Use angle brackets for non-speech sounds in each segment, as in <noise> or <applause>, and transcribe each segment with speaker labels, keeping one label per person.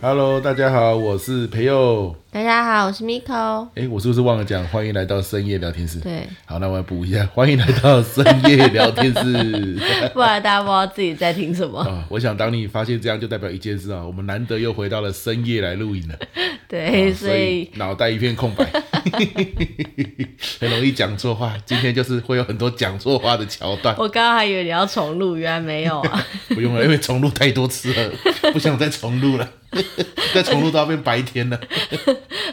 Speaker 1: Hello，大家好，我是培佑。
Speaker 2: 大家好，我是 Miko。
Speaker 1: 哎，我是不是忘了讲？欢迎来到深夜聊天室。
Speaker 2: 对， <laughs>
Speaker 1: 好，那我来补一下，欢迎来到深夜聊天室。 <laughs>
Speaker 2: 不然大家不知道自己在听什
Speaker 1: 啊、
Speaker 2: 么。
Speaker 1: 我想当你发现这样，就代表一件事啊，我们难得又回到了深夜来录影了，
Speaker 2: <laughs> 对，
Speaker 1: 啊
Speaker 2: 所以
Speaker 1: 脑袋一片空白， <laughs> 很容易讲错话。今天就是会有很多讲错话的桥段，
Speaker 2: 我刚刚还以为你要重录，原来没
Speaker 1: <laughs>
Speaker 2: 有啊。
Speaker 1: 不用了，因为重录太多次了，不想再重录了， <laughs> 再重录都要变白天了。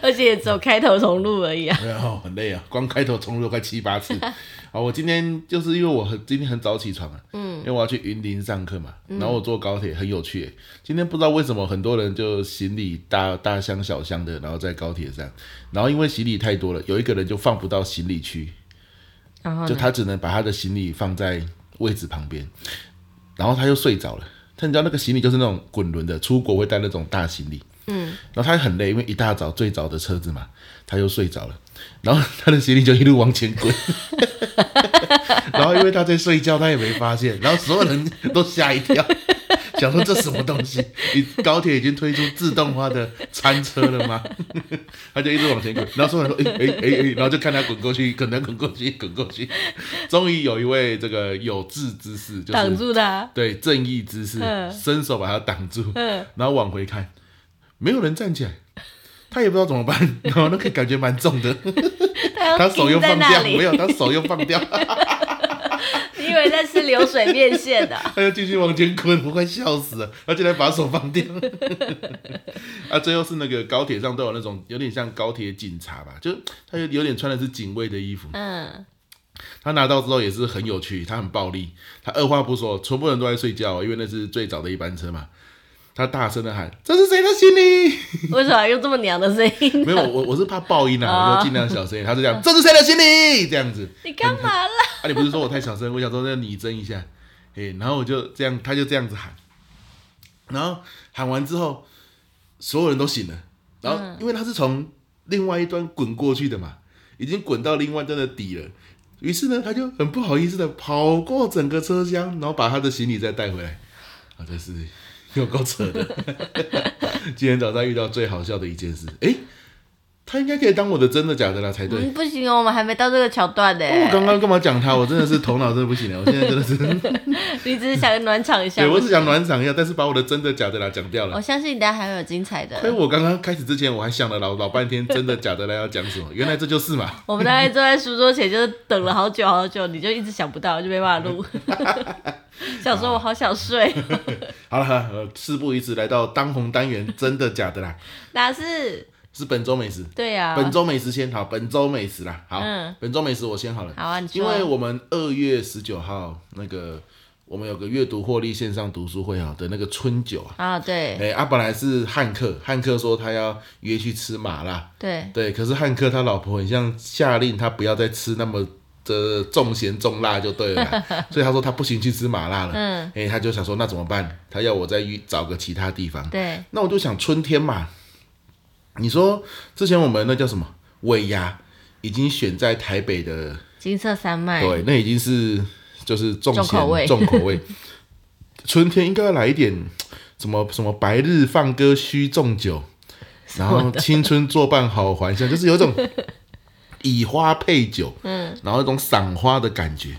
Speaker 2: 而且也只有开头重录而已啊。
Speaker 1: <laughs> 然后很累啊，光开头重录快七八次。好，我今天就是因为我很今天很早起床啊，嗯，因为我要去云林上课嘛，然后我坐高铁很有趣耶。今天不知道为什么很多人就行李大大箱小箱的，然后在高铁上，然后因为行李太多了，有一个人就放不到行李区，
Speaker 2: 然后
Speaker 1: 就
Speaker 2: 呢？
Speaker 1: 他只能把他的行李放在位置旁边，然后他就睡着了。他你知道那个行李就是那种滚轮的，出国会带那种大行李。嗯，然后他很累，因为一大早最早的车子嘛，他就睡着了。然后他的行李就一路往前滚，然后因为他在睡觉，他也没发现，然后所有人都吓一跳，想说这什么东西？你高铁已经推出自动化的餐车了吗？ <laughs> 他就一直往前滚，然后所有人说哎哎哎哎，然后就看他滚过去，滚来滚过去，滚过去，终于有一位这个有志之士，就
Speaker 2: 挡
Speaker 1: 是
Speaker 2: 住他。
Speaker 1: 对正义之士
Speaker 2: 嗯
Speaker 1: 伸手把他挡住，
Speaker 2: 嗯，
Speaker 1: 然后往回看，没有人站起来，他也不知道怎么办，然后那个感觉蛮重
Speaker 2: <laughs>
Speaker 1: 的，他
Speaker 2: 要
Speaker 1: 手又
Speaker 2: 停在
Speaker 1: 放
Speaker 2: 那
Speaker 1: 掉，
Speaker 2: 里
Speaker 1: 没，有，他手又放掉，
Speaker 2: <laughs> 你以为在吃流水面线的、啊？ <laughs>
Speaker 1: 他就继续往前滚，我快笑死了，他竟然把手放掉。 <laughs> 啊，最后是那个高铁上都有那种有点像高铁警察吧，就他有有点穿的是警卫的衣服，
Speaker 2: 嗯，
Speaker 1: 他拿到之后也是很有趣，他很暴力，他二话不说，全部人都在睡觉，啊因为那是最早的一班车嘛。他大声的喊：“这是谁的行李？” <laughs>
Speaker 2: 为什么用这么娘的声音？ <laughs>
Speaker 1: 没有，我我是怕爆音啊，我就尽量小声一点。他是这样，这是谁的行李？这样子
Speaker 2: 你干嘛啦？
Speaker 1: 啊，你不是说我太小声？我想说那拟真一下，诶，然后我就这样，他就这样子喊，然后喊完之后，所有人都醒了，然后因为他是从另外一端滚过去的嘛，已经滚到另外一端的底了。于是呢，他就很不好意思的跑过整个车厢，然后把他的行李再带回来。啊，这是有够扯的。 <laughs> 今天早上遇到最好笑的一件事，诶，他应该可以当我的真的假的啦才对。哦
Speaker 2: 嗯，不行哦，我们还没到这个桥段呢、
Speaker 1: 我刚刚干嘛讲他？我真的是头脑真的不行了，我现在真的是，
Speaker 2: 你只是想暖场一下
Speaker 1: 对。我只想暖场一下，但是把我的真的假的啦讲掉了
Speaker 2: 我。相信你等一下还会有精彩的
Speaker 1: 所以。我刚刚开始之前，我还想了老老半天，真的假的啦要讲什么？原来这就是嘛。
Speaker 2: 我们大概坐在书桌前，就是等了好久好久，你就一直想不到，就没
Speaker 1: <laughs>
Speaker 2: 办法录。想说我好想睡，
Speaker 1: 好了，好了呃事不宜迟，来到当红单元，真的假的啦，
Speaker 2: 哪是？
Speaker 1: 是本周美食。
Speaker 2: 对呀、
Speaker 1: 本周美食先好，本周美食啦，好，
Speaker 2: 啊嗯
Speaker 1: 本周美食我先好了。
Speaker 2: 好啊，你
Speaker 1: 因为
Speaker 2: 说。
Speaker 1: 我们二月十九号那个我们有个阅读获利线上读书会啊的那个春酒啊，
Speaker 2: 啊，对
Speaker 1: 哎、啊本来是汉克，汉克说他要约去吃麻辣，
Speaker 2: 对，
Speaker 1: 对，可是汉克他老婆很像下令他不要再吃那么的重咸重辣就对了啦，所以他说他不行去吃麻辣了。
Speaker 2: 嗯，
Speaker 1: 哎、他就想说那怎么办？他要我再约找个其他地方。
Speaker 2: 对，
Speaker 1: 那我就想春天嘛，你说之前我们那叫什么尾牙，已经选在台北的，
Speaker 2: 金色山脉，
Speaker 1: 对，那已经是就是重
Speaker 2: 重
Speaker 1: 咸
Speaker 2: 口味
Speaker 1: 重口味。春天应该要来一点什么什么白日放歌须纵酒，然后青春作伴好还乡，就是有一种以花配酒，嗯，然后一种赏花的感觉，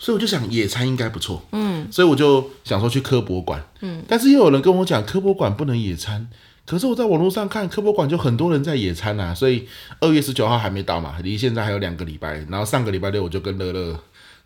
Speaker 1: 所以我就想野餐应该不错，嗯，所以我就想说去科博馆，嗯，但是又有人跟我讲科博馆不能野餐，可是我在网络上看科博馆就很多人在野餐啊，所以二月十九号还没到嘛，离现在还有两个礼拜，然后上个礼拜六我就跟乐乐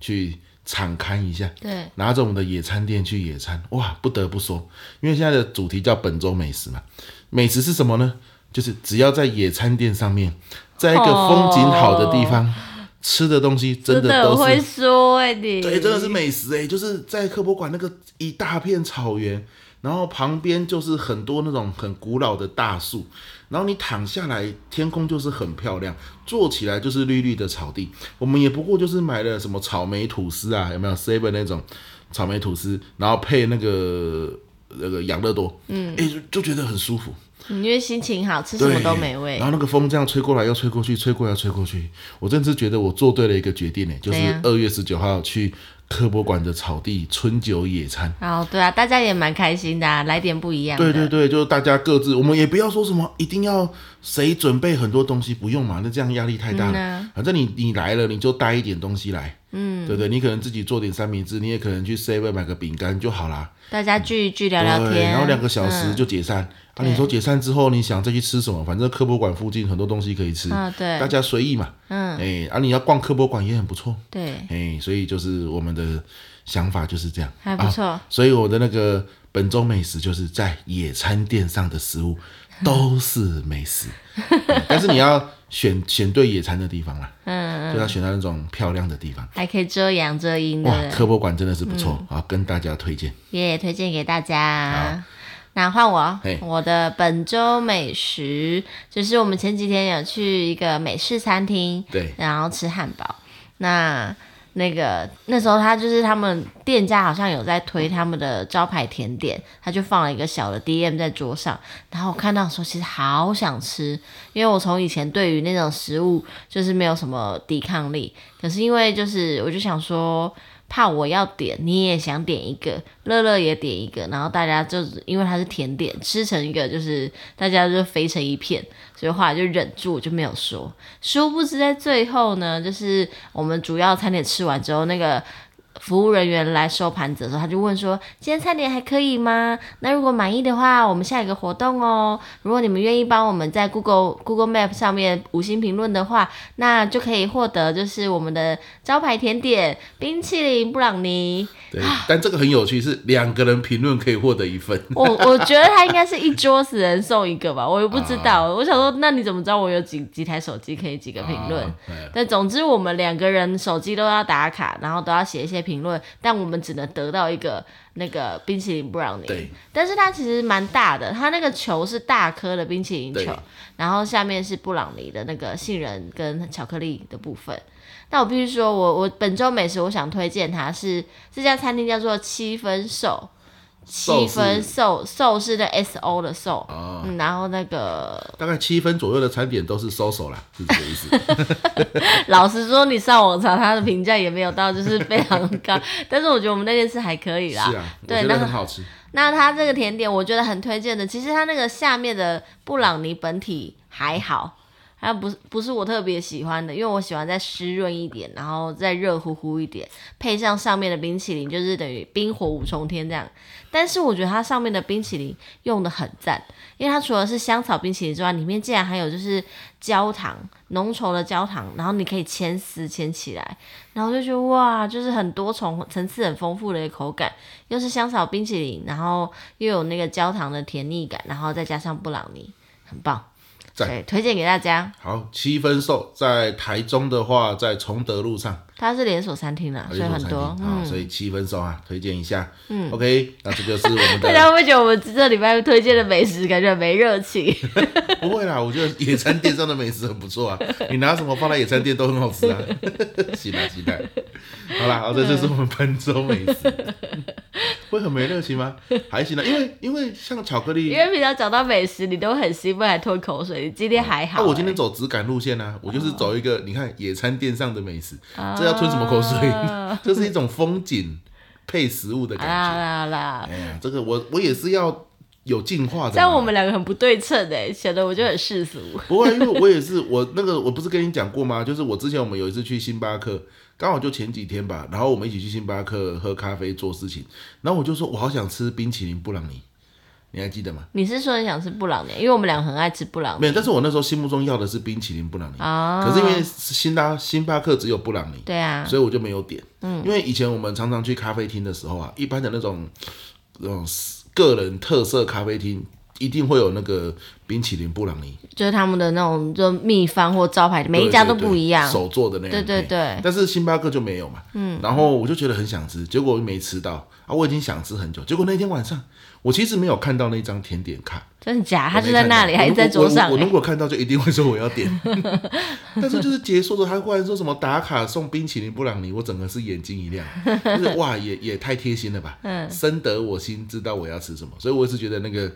Speaker 1: 去敞勘一下，
Speaker 2: 对，
Speaker 1: 拿着我们的野餐垫去野餐，哇，不得不说，因为现在的主题叫本周美食嘛，美食是什么呢？就是只要在野餐垫上面，在一个风景好的地方、吃的东西，真的
Speaker 2: 我
Speaker 1: 都
Speaker 2: 会
Speaker 1: 是。
Speaker 2: 说哎、你，
Speaker 1: 对，真的是美食哎、就是在科博馆那个一大片草原，然后旁边就是很多那种很古老的大树，然后你躺下来，天空就是很漂亮，坐起来就是绿绿的草地。我们也不过就是买了什么草莓吐司啊，有没有 seven 那种草莓吐司，然后配那个那个养乐多，嗯，哎、就就觉得很舒服。
Speaker 2: 因为心情好，吃什么
Speaker 1: 对
Speaker 2: 都美味
Speaker 1: 然。后那个风这样吹过来又吹
Speaker 2: 啊
Speaker 1: 过去，吹过来又吹过去，我真是觉得我做对了一个决定呢，就是
Speaker 2: 怎样
Speaker 1: 二月十九号去科博馆的草地春酒野餐。
Speaker 2: 哦，对啊，大家也蛮开心的、啊，来点不一样
Speaker 1: 对
Speaker 2: 的。
Speaker 1: 对对，就是大家各自，我们也不要说什么一定要谁准备很多东西，不用嘛，那这样压力太大了。
Speaker 2: 嗯啊
Speaker 1: 反正你你来了，你就带一点东西来，嗯，对不对？你可能自己做点三明治，你也可能去 Seven 买个饼干就好啦。
Speaker 2: 大家聚一聚，聊聊
Speaker 1: 对，
Speaker 2: 天，嗯
Speaker 1: 然后两个小时就解散。啊，你说解散之后你想再去吃什么？反正科博馆附近很多东西可以吃，
Speaker 2: 嗯，对
Speaker 1: 大家随意嘛。
Speaker 2: 嗯，
Speaker 1: 哎，啊，你要逛科博馆也很不错。
Speaker 2: 对，
Speaker 1: 哎，所以就是我们的想法就是这样，
Speaker 2: 还不错。
Speaker 1: 所以我的那个本周美食就是在野餐垫上的食物都是美
Speaker 2: <laughs>
Speaker 1: 食，嗯但是你要选选对野餐的地方啦，嗯，就要选到那种漂亮的地方。
Speaker 2: 还可以遮阳遮阴
Speaker 1: 哇，
Speaker 2: 的，
Speaker 1: 科博馆真的是不
Speaker 2: 嗯
Speaker 1: 错啊，跟大家推荐。
Speaker 2: 也推荐给大家。那换我哦
Speaker 1: 嘿，
Speaker 2: 我的本周美食就是我们前几天有去一个美式餐厅，
Speaker 1: 对，
Speaker 2: 然后吃汉堡。那那个那时候他就是他们店家好像有在推他们的招牌甜点，他就放了一个小的 DM 在桌上，然后我看到的时候其实好想吃，因为我从以前对于那种食物就是没有什么抵抗力，可是因为就是我就想说。怕我要点，你也想点一个，乐乐也点一个，然后大家就是因为它是甜点，吃成一个就是大家就飞成一片，所以后来就忍住，我就没有说。殊不知在最后呢，就是我们主要餐点吃完之后，那个服务人员来收盘子的时候，他就问说：“今天餐点还可以吗？那如果满意的话，我们下一个活动哦。如果你们愿意帮我们在 Google Google Map 上面五星评论的话，那就可以获得就是我们的招牌甜点冰淇淋布朗尼。
Speaker 1: 对，
Speaker 2: 啊
Speaker 1: 但这个很有趣，是两个人评论可以获得一份。
Speaker 2: 我我觉得他应该是一桌子人送一个吧，我也不知道。我想说，那你怎么知道我有几几台手机可以几个评论？
Speaker 1: 啊哎
Speaker 2: 但总之，我们两个人手机都要打卡，然后都要写一些评论，但我们只能得到一个那个冰淇淋布朗尼。
Speaker 1: 对，
Speaker 2: 但是它其实蛮大的，它那个球是大颗的冰淇淋球
Speaker 1: 对，
Speaker 2: 然后下面是布朗尼的那个杏仁跟巧克力的部分。但我必须说，我我本周美食我想推荐它是这家餐厅叫做七分瘦，
Speaker 1: 寿
Speaker 2: 七
Speaker 1: 是
Speaker 2: 分瘦瘦是那 S O 的瘦，
Speaker 1: 哦
Speaker 2: 嗯，然后那个
Speaker 1: 大概七分左右的餐点都是收手啦，是这个意思。 <laughs>
Speaker 2: 老实说，你上网查他的评价也没有到，就是非常高。但是我觉得我们那件事还可以啦。
Speaker 1: 是啊，我
Speaker 2: <laughs> 对，
Speaker 1: 觉
Speaker 2: 那
Speaker 1: 得很好吃。
Speaker 2: 那它这个甜点我觉得很推荐的。其实它那个下面的布朗尼本体还好，它不是不是我特别喜欢的，因为我喜欢再湿润一点，然后再热乎乎一点，配上上面的冰淇淋，就是等于冰火五重天这样。但是我觉得它上面的冰淇淋用的很赞，因为它除了是香草冰淇淋之外，里面竟然还有就是焦糖浓稠的焦糖，然后你可以牵丝牵起来，然后就觉得哇，就是很多重层次很丰富的一个口感，又是香草冰淇淋，然后又有那个焦糖的甜腻感，然后再加上布朗尼，很棒，
Speaker 1: 赞
Speaker 2: 对，推荐给大家。
Speaker 1: 好，七分瘦在台中的话，在崇德路上，
Speaker 2: 它是连锁餐厅啦，
Speaker 1: 还
Speaker 2: 所
Speaker 1: 有
Speaker 2: 以
Speaker 1: 一种
Speaker 2: 很
Speaker 1: 餐厅
Speaker 2: 多
Speaker 1: 啊，，
Speaker 2: 嗯，
Speaker 1: 所以七分瘦啊，推荐一下。嗯，OK，那这就是我们
Speaker 2: <laughs> 大家
Speaker 1: 的。
Speaker 2: 会不会啊觉得我们这礼拜推荐的美食感觉很没热情？
Speaker 1: <laughs> 不会啦，我觉得野餐店上的美食很不错
Speaker 2: <laughs>
Speaker 1: 啊，你拿什么放在野餐店都很好吃啊。期待期待。好啦，好，这就是我们
Speaker 2: 嗯
Speaker 1: 本周美食。会很没热情吗？还行啦，啊因为因为像巧克力
Speaker 2: 因，为平常讲到美食，你都很兴奋，还吞口水。你今天还好、
Speaker 1: 啊，我今
Speaker 2: 欸哦
Speaker 1: 天走质感路线啊，我就是走一个你看野餐店上的美食，这要吞什么口
Speaker 2: <laughs>
Speaker 1: 水
Speaker 2: 啊？
Speaker 1: 这是一种风景配食物的
Speaker 2: 好
Speaker 1: 感
Speaker 2: 啦好
Speaker 1: 觉。
Speaker 2: 啦好啦，
Speaker 1: 哎呀，这个我我也是要有进化的嘛。
Speaker 2: 这样我们两个很不对称哎、显得我就很世俗。
Speaker 1: 不会，因为我也是我那个我不是跟你讲过吗？就是我之前我们有一次去星巴克，刚好就前几天吧，然后我们一起去星巴克喝咖啡做事情，然后我就说我好想吃冰淇淋布朗尼，你还记得吗？
Speaker 2: 你是说你想吃布朗尼？因为我们俩很爱吃布朗
Speaker 1: 没
Speaker 2: 尼
Speaker 1: 有，但是我那时候心目中要的是冰淇淋布朗尼，
Speaker 2: 啊。
Speaker 1: 可是因为星巴星巴克只有布朗尼，
Speaker 2: 对啊，
Speaker 1: 所以我就没有点。嗯，因为以前我们常常去咖啡厅的时候啊，一般的那种那种个人特色咖啡厅，一定会有那个冰淇淋布朗尼，
Speaker 2: 就是他们的那种就秘方或招牌，每一家都不一样
Speaker 1: 对对对。手做的那
Speaker 2: 对
Speaker 1: 种。
Speaker 2: 对
Speaker 1: 嘿
Speaker 2: 对，
Speaker 1: 但是星巴克就没有嘛，嗯，然后我就觉得很想吃，结果我没吃到啊，我已经想吃很久，结果那天晚上我其实没有看到那张甜点卡，
Speaker 2: 真的假？
Speaker 1: 我
Speaker 2: 他
Speaker 1: 没
Speaker 2: 就啊在
Speaker 1: 看
Speaker 2: 那
Speaker 1: 到
Speaker 2: 里，还
Speaker 1: 我如
Speaker 2: 在
Speaker 1: 果
Speaker 2: 桌上
Speaker 1: 我我
Speaker 2: 欸、
Speaker 1: 如果看到就一定会说我要点， <laughs> 但是就是结束的时候，他忽然说什么打卡送冰淇淋布朗尼，我整个是眼睛一亮，就是哇，也也太贴心了吧，嗯，深得我心，知道我要吃什么，所以我也是觉得那个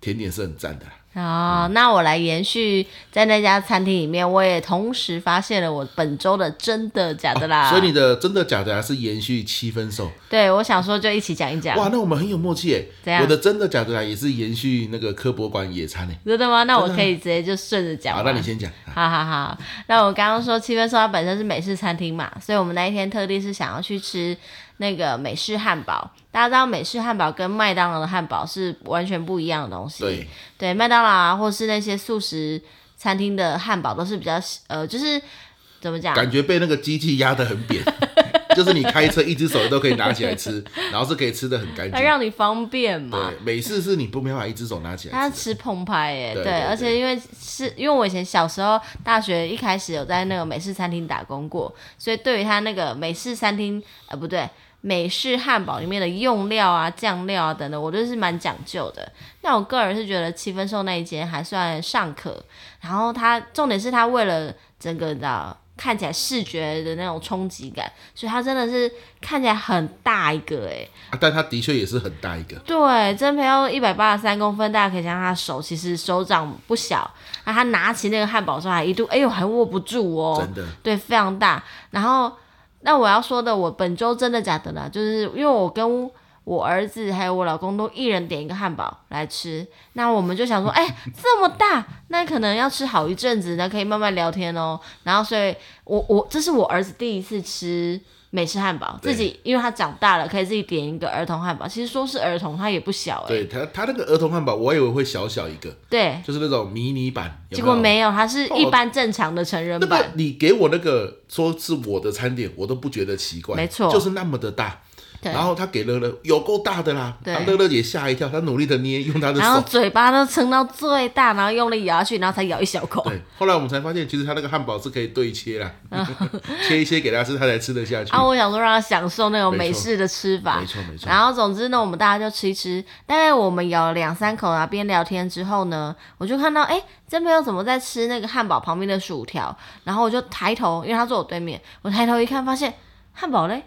Speaker 1: 甜点是很赞的啦，
Speaker 2: 哦，那我来延续在那家餐厅里面，我也同时发现了我本周的真的假的啦。
Speaker 1: 哦所以你的真的假的、啊、是延续七分瘦，
Speaker 2: 对我想说就一起讲一讲，
Speaker 1: 哇，那我们很有默契
Speaker 2: 怎
Speaker 1: 哎。
Speaker 2: 样
Speaker 1: 我的真的假的、啊、也是延续那个科博馆野餐哎。
Speaker 2: 真的吗？那我可以直接就顺着讲
Speaker 1: 好，
Speaker 2: 吗。
Speaker 1: 那你先讲。啊
Speaker 2: 好好好，那我刚刚说七分寿它本身是美式餐厅嘛，所以我们那一天特地是想要去吃那个美式汉堡。大家知道美式汉堡跟麦当劳的汉堡是完全不一样的东西。
Speaker 1: 对，
Speaker 2: 对，麦当劳啊，或是那些素食餐厅的汉堡都是比较呃，就是怎么讲？
Speaker 1: 感觉被那个机器压得很扁， <laughs> 就是你开车一只手都可以拿起来吃，然后是可以吃的很干
Speaker 2: 它
Speaker 1: 净。
Speaker 2: 让你方便嘛。
Speaker 1: 对，美式是你不没办法一只手拿起
Speaker 2: 他
Speaker 1: 来吃的。
Speaker 2: 吃澎湃耶，
Speaker 1: 对
Speaker 2: 对，
Speaker 1: 对
Speaker 2: 而且因为是因为我以前小时候大学一开始有在那个美式餐厅打工过，所以对于他那个美式餐厅，呃，不对，美式汉堡里面的用料啊、酱料啊等等，我就是蛮讲究的。那我个人是觉得七分寿那一间还算尚可，然后它重点是它为了整个的看起来视觉的那种冲击感，所以它真的是看起来很大一个诶。
Speaker 1: 啊但它的确也是很大一个，
Speaker 2: 对，真培佑一百八十三公分，大家可以想象他手其实手掌不小，然后他拿起那个汉堡的时候还一度，哎呦还握不住哦
Speaker 1: 真，的。
Speaker 2: 对，非常大。然后那我要说的，我本周真的假的呢？就是因为我跟我儿子还有我老公都一人点一个汉堡来吃，那我们就想说，哎、这么大，那可能要吃好一阵子，那可以慢慢聊天哦。然后所以我我这是我儿子第一次吃美式汉堡，
Speaker 1: 对
Speaker 2: 自己因为他长大了可以自己点一个儿童汉堡。其实说是儿童，他也不小哎、
Speaker 1: 对它，它那个儿童汉堡，我以为会小小一个，
Speaker 2: 对，
Speaker 1: 就是那种迷你版。有
Speaker 2: 结果
Speaker 1: 有
Speaker 2: 没有，他是一般正常的成人
Speaker 1: 那
Speaker 2: 版。
Speaker 1: 个你给我那个说是我的餐点，我都不觉得奇怪，
Speaker 2: 没错
Speaker 1: 就是那么的大。
Speaker 2: 对
Speaker 1: 然后他给乐乐有够大的啦，
Speaker 2: 对
Speaker 1: 啊乐乐也吓一跳，他努力的捏，用他的
Speaker 2: 然后
Speaker 1: 手。
Speaker 2: 嘴巴都撑到最大，然后用力咬下去，然后才咬一小口。
Speaker 1: 对，后来我们才发现，其实他那个汉堡是可以对切啦，切一些给他吃，他才吃得下去。
Speaker 2: <laughs> 啊，我想说让他享受那种
Speaker 1: 没
Speaker 2: 美
Speaker 1: 错
Speaker 2: 式的吃法，
Speaker 1: 没错没错
Speaker 2: 然后总之呢，我们大家就吃一吃，大概我们咬了两三口啊，边聊天之后呢，我就看到哎，真朋友怎么在吃那个汉堡旁边的薯条，然后我就抬头，因为他坐我对面，我抬头一看，发现汉堡嘞，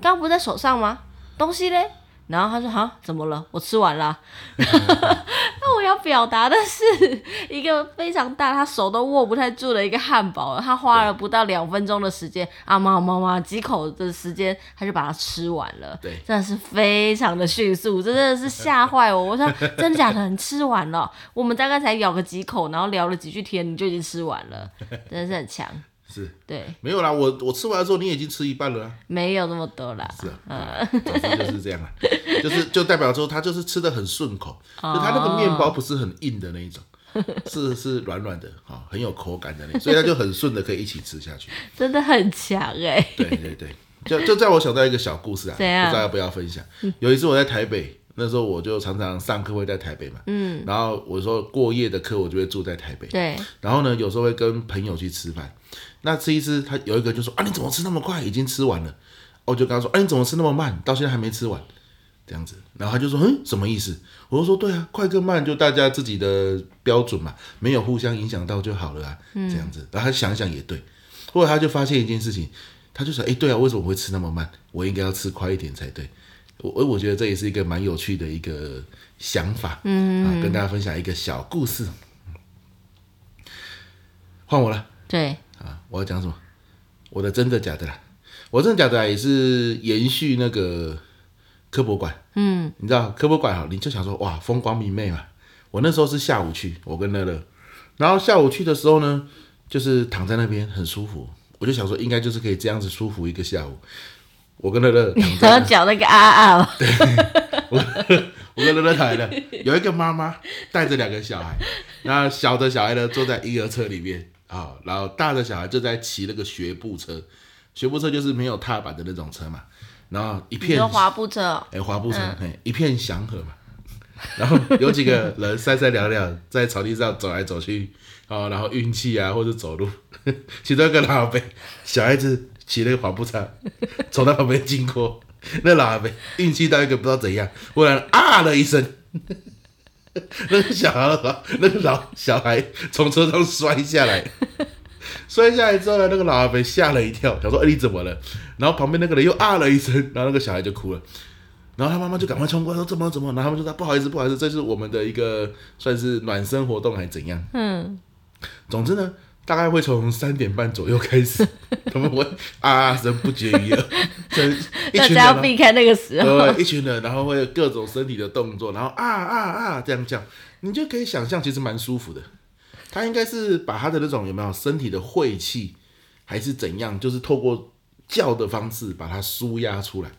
Speaker 2: 刚刚不是在手上吗？东西嘞？然后他说哈，怎么了？我吃完了啊。 <laughs> 那我要表达的是一个非常大，他手都握不太住的一个汉堡，他花了不到两分钟的时间，啊妈妈妈几口的时间，他就把它吃完了。
Speaker 1: 对
Speaker 2: 真的是非常的迅速，真的是吓坏我。我说真的假的？你吃完了？ <laughs> 我们大概才咬个几口，然后聊了几句天，你就已经吃完了，真的是很强。
Speaker 1: 是
Speaker 2: 对，
Speaker 1: 没有啦，我我吃完的时候你已经吃一半了、啊，
Speaker 2: 没有那么多啦。
Speaker 1: 是啊，总之就是这样啊，就是就代表说他就是吃的很顺口，
Speaker 2: 哦
Speaker 1: 就他那个面包不是很硬的那一种。是是软软的，哈、很有口感的那种，所以他就很顺的可以一起吃下去。
Speaker 2: 真的很强哎、
Speaker 1: 对对对，就就在我想到一个小故事啊，不
Speaker 2: 怎
Speaker 1: 知
Speaker 2: 样
Speaker 1: 道要不要分享。有一次我在台北，那时候我就常常上课会在台北嘛，嗯，然后我说过夜的课我就会住在台北，
Speaker 2: 对，
Speaker 1: 然后呢有时候会跟朋友去吃饭，那吃一吃，他有一个就说啊你怎么吃那么快，已经吃完了，我就跟他说，哎、你怎么吃那么慢，到现在还没吃完。这样子，然后他就说：“嗯，什么意思？”我就说：“对啊，快跟慢就大家自己的标准嘛，没有互相影响到就好了啊。这样子，然后他想想也对，后来他就发现一件事情，他就说：“哎、对啊，为什么我会吃那么慢？我应该要吃快一点才对。我”我我觉得这也是一个蛮有趣的一个想法，嗯啊，跟大家分享一个小故事。换我了
Speaker 2: 对，
Speaker 1: 啊！我要讲什么？我的真的假的啦，我真的假的啦也是延续那个科博馆，嗯，你知道科博馆好，你就想说哇风光明媚嘛。我那时候是下午去，我跟乐乐，然后下午去的时候呢，就是躺在那边很舒服，我就想说应该就是可以这样子舒服一个下午。我跟乐乐躺
Speaker 2: 然后讲那个啊啊嘛，
Speaker 1: 我跟乐乐来了，有一个妈妈带着两个小孩，那小的小孩呢坐在婴儿车里面啊、然后大的小孩就在骑那个学步车，学步车就是没有踏板的那种车嘛，然后一
Speaker 2: 你
Speaker 1: 片
Speaker 2: 说滑步车哦、
Speaker 1: 哎滑步车，哎、一片祥和嘛， <laughs> 然后有几个人三三两两在草地上走来走去，哦，然后运气啊或者走路，其中一个老伯小孩子骑那个滑步车从他旁边经过，那老伯运气到一个不知道怎样，忽然啊了一声。那个小孩，那个老小孩从车上摔下来，摔下来之后呢，那个老阿伯吓了一跳，想说：“哎、你怎么了？”然后旁边那个人又啊了一声，然后那个小孩就哭了。然然后他妈妈就赶快冲过来说怎么怎么，然后他们就说不好意思不好意思，这是我们的一个算是暖身活动还是怎样？嗯，总之呢，大概会从三点半左右开始， <laughs> 他们会啊啊声不绝于
Speaker 2: <laughs>
Speaker 1: 耳，这一
Speaker 2: 大
Speaker 1: 群人
Speaker 2: 家
Speaker 1: 啊
Speaker 2: 要避开那个时候，
Speaker 1: 对，一群人，然后会有各种身体的动作，然后啊啊啊这样叫，你就可以想象，其实蛮舒服的。他应该是把他的那种有没有身体的晦气，还是怎样，就是透过叫的方式把它舒压出来。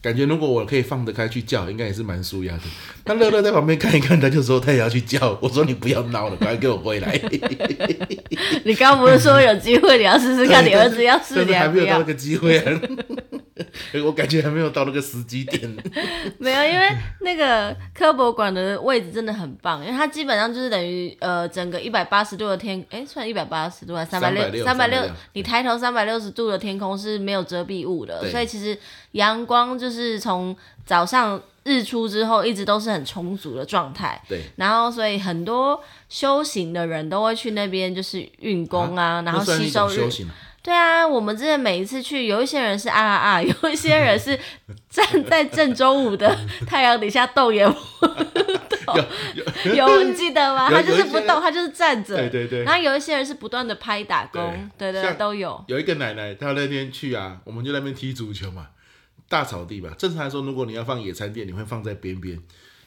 Speaker 1: 感觉如果我可以放得开去叫，应该也是蛮舒压的。那乐乐在旁边看一看，他就说他也要去叫。我说你不要闹了，赶快给我回来。
Speaker 2: 你刚刚不是说有机会你要试试
Speaker 1: <laughs>
Speaker 2: 看，你儿子要试
Speaker 1: 但
Speaker 2: 你
Speaker 1: 是还
Speaker 2: 还不
Speaker 1: 没有到
Speaker 2: 要
Speaker 1: 那？个机会、啊，我感觉还没有到那个时机点。
Speaker 2: 没有，因为那个科博馆的位置真的很棒，因为它基本上就是等于呃整个一百八十度的天，哎，算一百八十度还是三百
Speaker 1: 360
Speaker 2: 三百六
Speaker 1: 360，
Speaker 2: 你抬头三百六十度的天空是没有遮蔽物的，
Speaker 1: 对
Speaker 2: 所以其实阳光就是从早上日出之后一直都是很充足的状态。
Speaker 1: 对。
Speaker 2: 然后，所以很多修行的人都会去那边，就是运功啊，然后
Speaker 1: 那算是
Speaker 2: 吸
Speaker 1: 一种
Speaker 2: 收日
Speaker 1: 修行啊
Speaker 2: 对啊，我们之前每一次去，有一些人是啊啊 <laughs> 啊，有一些人是站在正中午的 <laughs> 太阳底下动也不动，有你记得吗？
Speaker 1: 有
Speaker 2: 他就是
Speaker 1: 有一
Speaker 2: 不
Speaker 1: 些
Speaker 2: 动，他就是站着。
Speaker 1: 对对对
Speaker 2: 然后有一些人是不断的拍打工，对对对
Speaker 1: 像
Speaker 2: 都有。
Speaker 1: 有一个奶奶，她那天去啊，我们就在那边踢足球嘛，大草地吧。正常来说，如果你要放野餐垫，你会放在边边。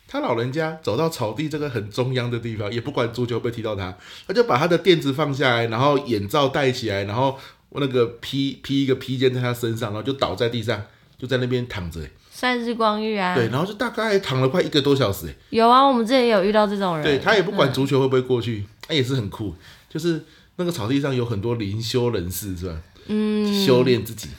Speaker 1: 她老人家走到草地这个很中央的地方，也不管足球被踢到她，她就把她的垫子放下来，然后眼罩戴起来，然后那个披披一个披肩在她身上，然后就倒在地上，就在那边躺着、欸
Speaker 2: 算日光浴啊，
Speaker 1: 对，然后就大概躺了快一个多小时、欸
Speaker 2: 有啊，我们之前也有遇到这种人。
Speaker 1: 对他也不管足球会不会过去，他、也是很酷。就是那个草地上有很多灵修人士，是吧？嗯，修炼自己。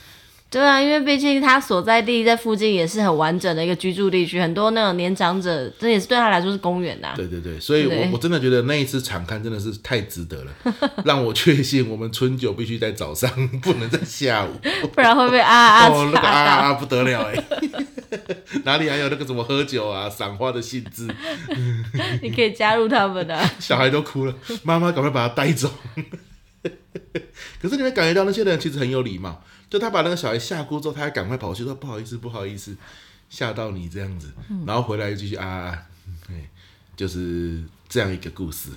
Speaker 2: 对啊，因为毕竟他所在地在附近也是很完整的一个居住地区，很多那种年长者，这也是对他来说是公园呐、
Speaker 1: 对对对，所以
Speaker 2: 对
Speaker 1: 我我真的觉得那一次场刊真的是太值得
Speaker 2: <laughs>
Speaker 1: 了，让我确信我们春酒必须在早上， <laughs> 不能在下午。
Speaker 2: 不然会被啊啊
Speaker 1: 哦，那个啊
Speaker 2: 打到。
Speaker 1: 啊不得了哎， <laughs> 哪里还有那个什么喝酒啊、赏花的兴致？
Speaker 2: 你可以加入他们的、
Speaker 1: <laughs> 小孩都哭了，妈妈赶快把他带走。 <laughs> 可是你会感觉到那些人其实很有礼貌，就他把那个小孩吓哭之后，他还赶快跑去说不好意思，不好意思，吓到你这样子，然后回来继续啊啊， <laughs> 啊对，就是这样一个故事。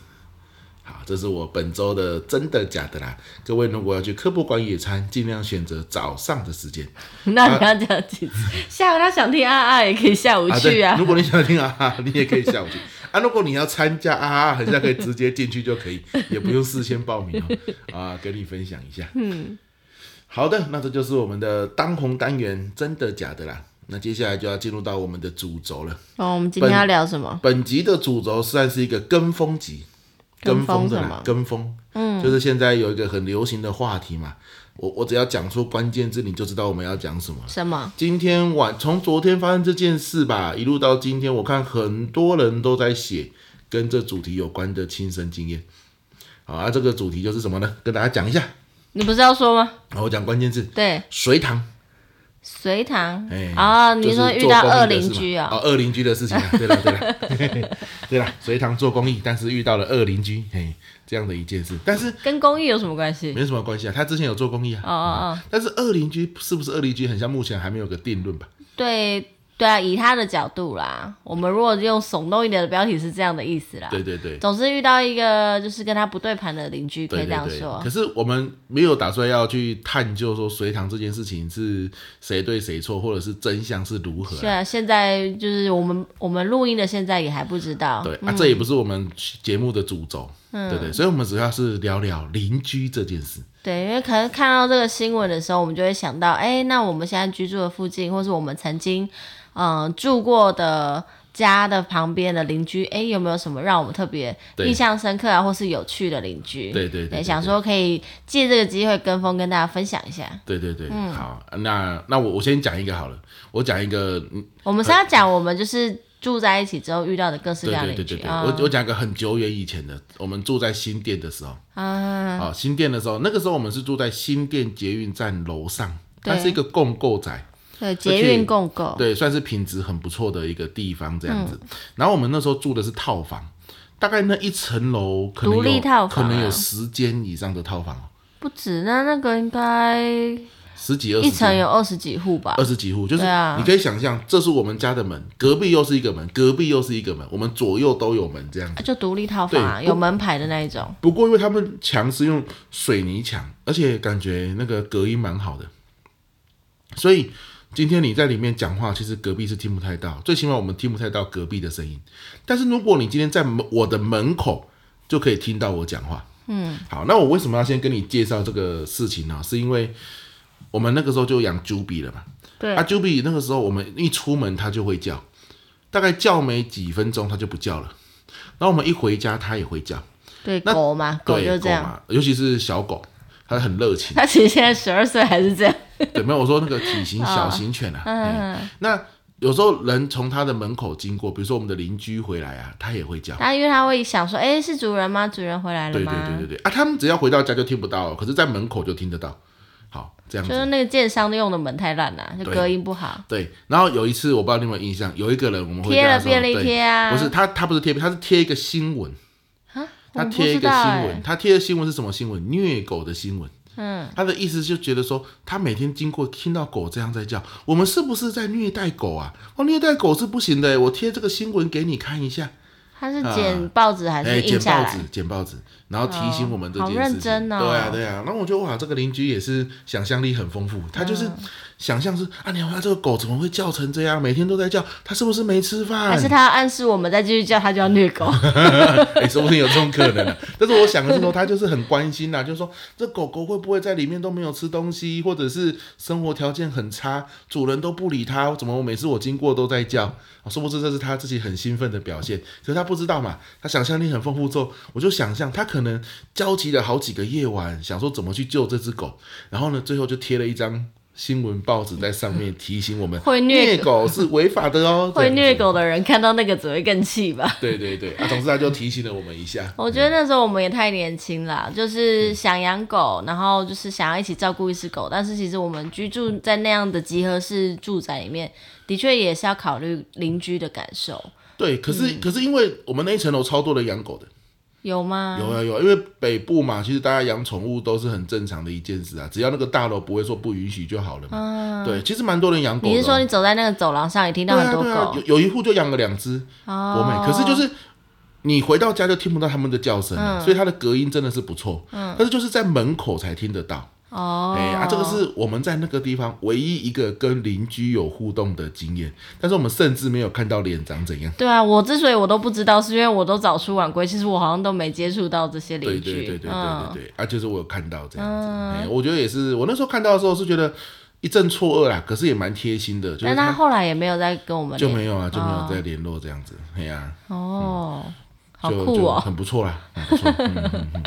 Speaker 1: 好，这是我本周的真的假的啦。各位如果要去科博馆野餐，尽量选择早上的时间
Speaker 2: 那你要讲几次？下午他想听啊啊，也可以下午去
Speaker 1: 对
Speaker 2: 啊。
Speaker 1: 如果你想听 <laughs> 啊哈，你也可以下午去啊。如果你要参加啊哈，好像可以直接进去就可以， <laughs> 也不用事先报名哦。啊，跟你分享一下。嗯，好的，那这就是我们的当红单元，真的假的啦。那接下来就要进入到我们的主轴了。
Speaker 2: 哦，我们今天
Speaker 1: 本
Speaker 2: 要聊什么？
Speaker 1: 本集的主轴算是一个跟风集，
Speaker 2: 跟
Speaker 1: 跟
Speaker 2: 风
Speaker 1: 风
Speaker 2: 什
Speaker 1: 的
Speaker 2: 么
Speaker 1: 啦，跟风，嗯，就是现在有一个很流行的话题嘛。我我只要讲出关键字，你就知道我们要讲什么了。
Speaker 2: 什么？
Speaker 1: 今天晚从昨天发生这件事吧，一路到今天，我看很多人都在写跟这主题有关的亲身经验。好啊，这个主题就是什么呢？跟大家讲一下。
Speaker 2: 你不是要说吗？
Speaker 1: 然后我讲关键字，
Speaker 2: 对，
Speaker 1: 隋唐。
Speaker 2: 隋唐
Speaker 1: 哎
Speaker 2: 啊，你
Speaker 1: 就是
Speaker 2: 说遇
Speaker 1: 做
Speaker 2: 到
Speaker 1: 公益
Speaker 2: 恶
Speaker 1: 的
Speaker 2: 邻
Speaker 1: 事嘛
Speaker 2: 居啊？
Speaker 1: 哦，恶邻居的事情啊，对了对了，
Speaker 2: <laughs>
Speaker 1: 对了，隋唐做公益，但是遇到了恶邻居，嘿，这样的一件事，但是
Speaker 2: 跟公益有什么关系？
Speaker 1: 没什么关系啊，他之前有做公益啊，
Speaker 2: 哦哦
Speaker 1: 但是恶邻居是不是恶邻居，很像目前还没有个定论吧？
Speaker 2: 哦，对对啊，以他的角度啦，我们如果用耸动一点的标题是这样的意思啦。
Speaker 1: 对对对，
Speaker 2: 总是遇到一个就是跟他不对盘的邻居，可
Speaker 1: 对
Speaker 2: 以这
Speaker 1: 对
Speaker 2: 样
Speaker 1: 对，
Speaker 2: 说
Speaker 1: 可。是我们没有打算要去探究说隋唐这件事情是谁对谁错，或者是真相是如何
Speaker 2: 是
Speaker 1: 啊、
Speaker 2: 啊，现在就是我们我们录音的现在也还不知道。
Speaker 1: 对啊，这也不是我们节目的主轴，
Speaker 2: 嗯
Speaker 1: 对对，所以我们主要是聊聊邻居这件事。
Speaker 2: 对，因为可能看到这个新闻的时候，我们就会想到，哎，那我们现在居住的附近，或是我们曾经嗯、呃住过的家的旁边的邻居，哎，有没有什么让我们特别
Speaker 1: 对
Speaker 2: 印象深刻啊，或是有趣的邻居？
Speaker 1: 对对对对
Speaker 2: 想说可以借这个机会跟风跟大家分享一下。
Speaker 1: 对对对，
Speaker 2: 嗯
Speaker 1: 好，那那我我先讲一个好了，我讲一个，嗯
Speaker 2: 我们是要讲我们就是住在一起之后遇到的各式
Speaker 1: 对
Speaker 2: 各样的
Speaker 1: 对对
Speaker 2: 邻
Speaker 1: 对
Speaker 2: 居
Speaker 1: 对，
Speaker 2: 啊
Speaker 1: 我我讲一个很久远以前的，我们住在新店的时候，
Speaker 2: 啊，
Speaker 1: 啊，新店的时候，那个时候我们是住在新店捷运站楼上，它
Speaker 2: 对
Speaker 1: 是一个共购宅。
Speaker 2: 对，捷运共购，
Speaker 1: 对，算是品质很不错的一个地方这样子。然后我们那时候住的是套房，大概那一层楼可能有
Speaker 2: 独立套房啊
Speaker 1: 可能有十间以上的套房哦，
Speaker 2: 不止那那个应该
Speaker 1: 十几二十间
Speaker 2: 一层有二十几户吧
Speaker 1: 二，十几户，就是
Speaker 2: 对啊
Speaker 1: 你可以想象，这是我们家的门，隔壁又是一个门，隔壁又是一个门，我们左右都有门这样
Speaker 2: 啊
Speaker 1: 子。
Speaker 2: 就独立套房啊，
Speaker 1: 对
Speaker 2: 有门牌的那一种。
Speaker 1: 不过因为他们墙是用水泥墙，而且感觉那个隔音蛮好的，所以今天你在里面讲话，其实隔壁是听不太到，最起码我们听不太到隔壁的声音。但是如果你今天在门我的门口，就可以听到我讲话。嗯，好，那我为什么要先跟你介绍这个事情呢、是因为我们那个时候就养 Juby 了嘛，
Speaker 2: 对
Speaker 1: 阿 j u b y 那个时候我们一出门它就会叫，大概叫没几分钟它就不叫了。然后我们一回家它也会叫，
Speaker 2: 对，
Speaker 1: 那
Speaker 2: 狗嘛，狗
Speaker 1: 对
Speaker 2: 就这样。
Speaker 1: 嘛，尤其是小狗，它很热
Speaker 2: <laughs>
Speaker 1: 情。
Speaker 2: 它其实现在十二岁还是这样。
Speaker 1: 对，没有我说那个体型小型犬啊。嗯那有时候人从它的门口经过，比如说我们的邻居回来啊，它也会叫。
Speaker 2: 它因为它会想说，哎，是主人吗？主人回来了
Speaker 1: 对对
Speaker 2: 吗？
Speaker 1: 对对对啊，他们只要回到家就听不到了，可是在门口就听得到。好，这样子。
Speaker 2: 就是那个建商用的门太烂了、就
Speaker 1: 对
Speaker 2: 隔音不好，
Speaker 1: 对，然后有一次我不知道你有没有印象，有一个人我们回
Speaker 2: 贴
Speaker 1: 家
Speaker 2: 了
Speaker 1: 的时候，
Speaker 2: 便利
Speaker 1: 对
Speaker 2: 贴啊
Speaker 1: 不是他，他不是贴便，他是贴一个新闻，他
Speaker 2: 我不
Speaker 1: 贴一
Speaker 2: 知
Speaker 1: 个
Speaker 2: 道
Speaker 1: 新
Speaker 2: 哎、
Speaker 1: 闻，他贴的新闻是什么新闻？虐狗的新闻。
Speaker 2: 嗯，
Speaker 1: 他的意思就觉得说，他每天经过听到狗这样在叫，我们是不是在虐待狗啊？哦，虐待狗是不行的，欸我贴这个新闻给你看一下。
Speaker 2: 它是
Speaker 1: 啊
Speaker 2: 剪报纸还
Speaker 1: 哎，
Speaker 2: 是
Speaker 1: 剪
Speaker 2: 印下
Speaker 1: 报
Speaker 2: 来
Speaker 1: 纸？，剪报纸，然后提醒我们这件事情。
Speaker 2: 好认真哦
Speaker 1: 对啊，对啊。然后我觉得哇，这个邻居也是想象力很丰富，他就是
Speaker 2: 嗯
Speaker 1: 想象是、啊，你看这个狗怎么会叫成这样，每天都在叫，它是不是没吃饭？
Speaker 2: 还是它要暗示我们再继续叫它就要虐
Speaker 1: <laughs>
Speaker 2: 狗？
Speaker 1: 哎、说不定有这种可能、啊。 <laughs> 但是我想的是说，他就是很关心呐、啊就是说这狗狗会不会在里面都没有吃东西，或者是生活条件很差，主人都不理它，怎么我每次我经过都在叫？啊，说不知这是他自己很兴奋的表现，可是他不知道嘛，他想象力很丰富之后，我就想象他可能焦急了好几个夜晚，想说怎么去救这只狗，然后呢，最后就贴了一张。新闻报纸在上面提醒我们，
Speaker 2: 会虐
Speaker 1: 虐狗是违法的哦。
Speaker 2: 会
Speaker 1: 这样
Speaker 2: 虐
Speaker 1: 子，
Speaker 2: 狗的人看到那个只会更气吧？
Speaker 1: 对对对啊，总之他就提醒了我们一下。
Speaker 2: 我觉得那时候我们也太年轻
Speaker 1: 嗯
Speaker 2: 了，就是想养狗，然后就是想要一起照顾一只狗，但是其实我们居住在那样的集合式住宅里面，的确也是要考虑邻居的感受，
Speaker 1: 对，可是、
Speaker 2: 嗯
Speaker 1: 可是因为我们那一层楼超多的养狗的，
Speaker 2: 有吗？
Speaker 1: 有啊有啊，因为北部嘛，其实大家养宠物都是很正常的一件事啊，只要那个大楼不会说不允许就好了嘛。对，其实蛮多人养狗的哦、
Speaker 2: 嗯你是说你走在那个走廊上也听
Speaker 1: 对
Speaker 2: 到很
Speaker 1: 啊
Speaker 2: 多
Speaker 1: 对啊
Speaker 2: 狗？，哦
Speaker 1: 有有一户就养了两只博美，可是就是。你回到家就听不到它们的叫声
Speaker 2: 嗯
Speaker 1: 了，所以它的隔音真的是不错，但是就是在门口才听得到。
Speaker 2: 哦，
Speaker 1: 哎、啊，这个是我们在那个地方唯一一个跟邻居有互动的经验，但是我们甚至没有看到脸长怎样。
Speaker 2: 对啊，我之所以我都不知道，是因为我都早出晚归，其实我好像都没接触到这些
Speaker 1: 对
Speaker 2: 邻居。
Speaker 1: 对对对对对
Speaker 2: 嗯，
Speaker 1: 对，啊，就是我有看到这样子，哎我觉得也是，我那时候看到的时候是觉得一阵错愕啦，可是也蛮贴心的，就是
Speaker 2: 但他后来也没有嗯再跟我们
Speaker 1: 就
Speaker 2: 联
Speaker 1: 没有啊，就没有再联络这样子，哎呀、
Speaker 2: 哦，好
Speaker 1: 就
Speaker 2: 酷
Speaker 1: 就
Speaker 2: 哦。
Speaker 1: 很不错啦，很不错，嗯嗯嗯嗯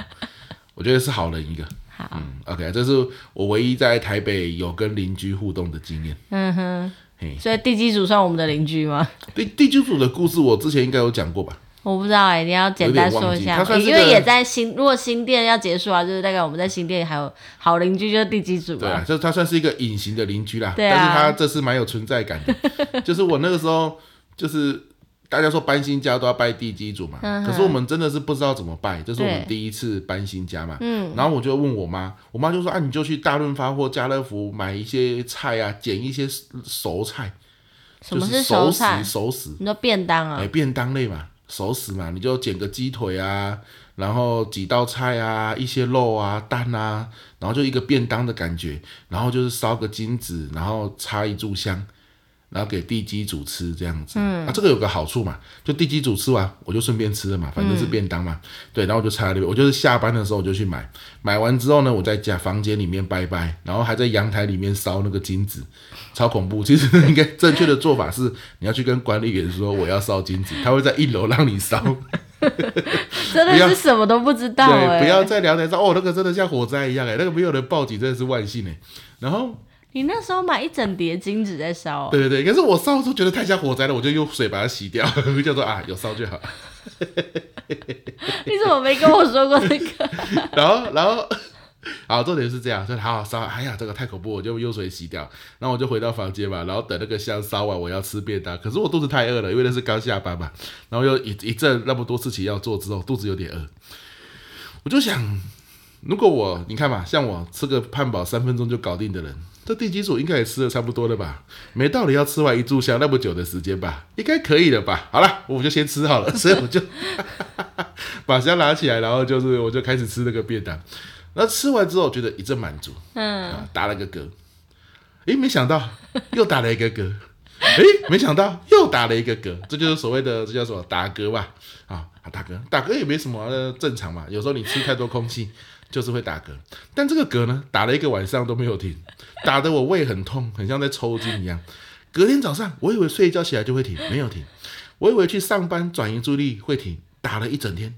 Speaker 1: 我觉得是好人一个。
Speaker 2: 好，
Speaker 1: 嗯，OK，这是我唯一在台北有跟邻居互动的经验。
Speaker 2: 嗯哼
Speaker 1: 嘿，
Speaker 2: 所以地基主算我们的邻居吗？
Speaker 1: 地地基主的故事我之前应该有讲过吧？
Speaker 2: 我不知道哎、你要简单说
Speaker 1: 有点忘
Speaker 2: 一下
Speaker 1: 记他
Speaker 2: 吗，
Speaker 1: 算是
Speaker 2: 因
Speaker 1: 个
Speaker 2: 为也在新，如果新店要结束啊，就是大概我们在新店还有好邻居就是地基主
Speaker 1: 对
Speaker 2: 啊
Speaker 1: 啊，，就他算是一个隐形的邻居啦，
Speaker 2: 对啊
Speaker 1: 但是他这次蛮有存在感
Speaker 2: <laughs>
Speaker 1: 的。就是我那个时候，就是大家说搬新家都要拜地基主嘛，
Speaker 2: 嗯哼
Speaker 1: 可是我们真的是不知道怎么拜，这是我们
Speaker 2: 对
Speaker 1: 第一次搬新家嘛。
Speaker 2: 嗯，
Speaker 1: 然后我就问我妈，我妈就说啊，你就去大润发或家乐福买一些菜啊，捡一些熟菜，
Speaker 2: 什么
Speaker 1: 就是熟
Speaker 2: 熟
Speaker 1: 食
Speaker 2: 菜？
Speaker 1: 熟食，
Speaker 2: 你说便当
Speaker 1: 哎、
Speaker 2: 啊？
Speaker 1: 便当类嘛，熟食嘛，你就捡个鸡腿啊，然后几道菜啊，一些肉啊，蛋啊，然后就一个便当的感觉，然后就是烧个金纸，然后插一炷香，然后给地基主吃这样子。嗯，啊，这个有个好处嘛，就地基主吃完，我就顺便吃了嘛，反正是便当嘛。对，然后我就插在那边，我就是下班的时候我就去买，买完之后呢，我在家房间里面拜拜，然后还在阳台里面烧那个金纸，超恐怖。其实应该正确的做法是，你要去跟管理员说我要烧金纸，他会在一楼让你烧，
Speaker 2: 真
Speaker 1: 不
Speaker 2: 的
Speaker 1: 要
Speaker 2: 是什么都不知道哎、
Speaker 1: 对，不要在阳台上。哦，那个真的像火灾一样哎、那个没有人报警真的是万幸哎、然后，
Speaker 2: 你那时候买一整叠金纸在烧哦、
Speaker 1: 对对对，可是我烧的时候觉得太像火灾了，我就用水把它洗掉， <laughs> 就说啊，有烧就好。
Speaker 2: 你怎么没跟我说过
Speaker 1: <laughs>
Speaker 2: 这个？
Speaker 1: 然后，然后， <laughs> 好，重点是这样，说好好烧，哎呀，这个太恐怖，我就用水洗掉。然后我就回到房间嘛，然后等那个香烧完，我要吃便当，可是我肚子太饿了，因为那是刚下班嘛，然后又一一阵那么多事情要做之后，肚子有点饿，我就想，如果我你看嘛，像我吃个汉堡三分钟就搞定的人，这第几组应该也吃的差不多了吧？没道理要吃完一炷香那么久的时间吧？应该可以了吧？好了，我就先吃好了，所以我就把香拿起来，然后就是我就开始吃那个便当。那吃完之后，觉得一阵满足，嗯、啊，打了个嗝，诶，没想到又打了一个嗝， <laughs> 诶，没想到又打了一个嗝，这就是所谓的这叫什么打嗝吧？啊，打嗝，打嗝也没什么啊，那正常嘛。有时候你吃太多空气，就是会打嗝。但这个嗝呢，打了一个晚上都没有停，打得我胃很痛，很像在抽筋一样。隔天早上，我以为睡一觉起来就会停，没有停。我以为去上班转移注意力会停，打了一整天。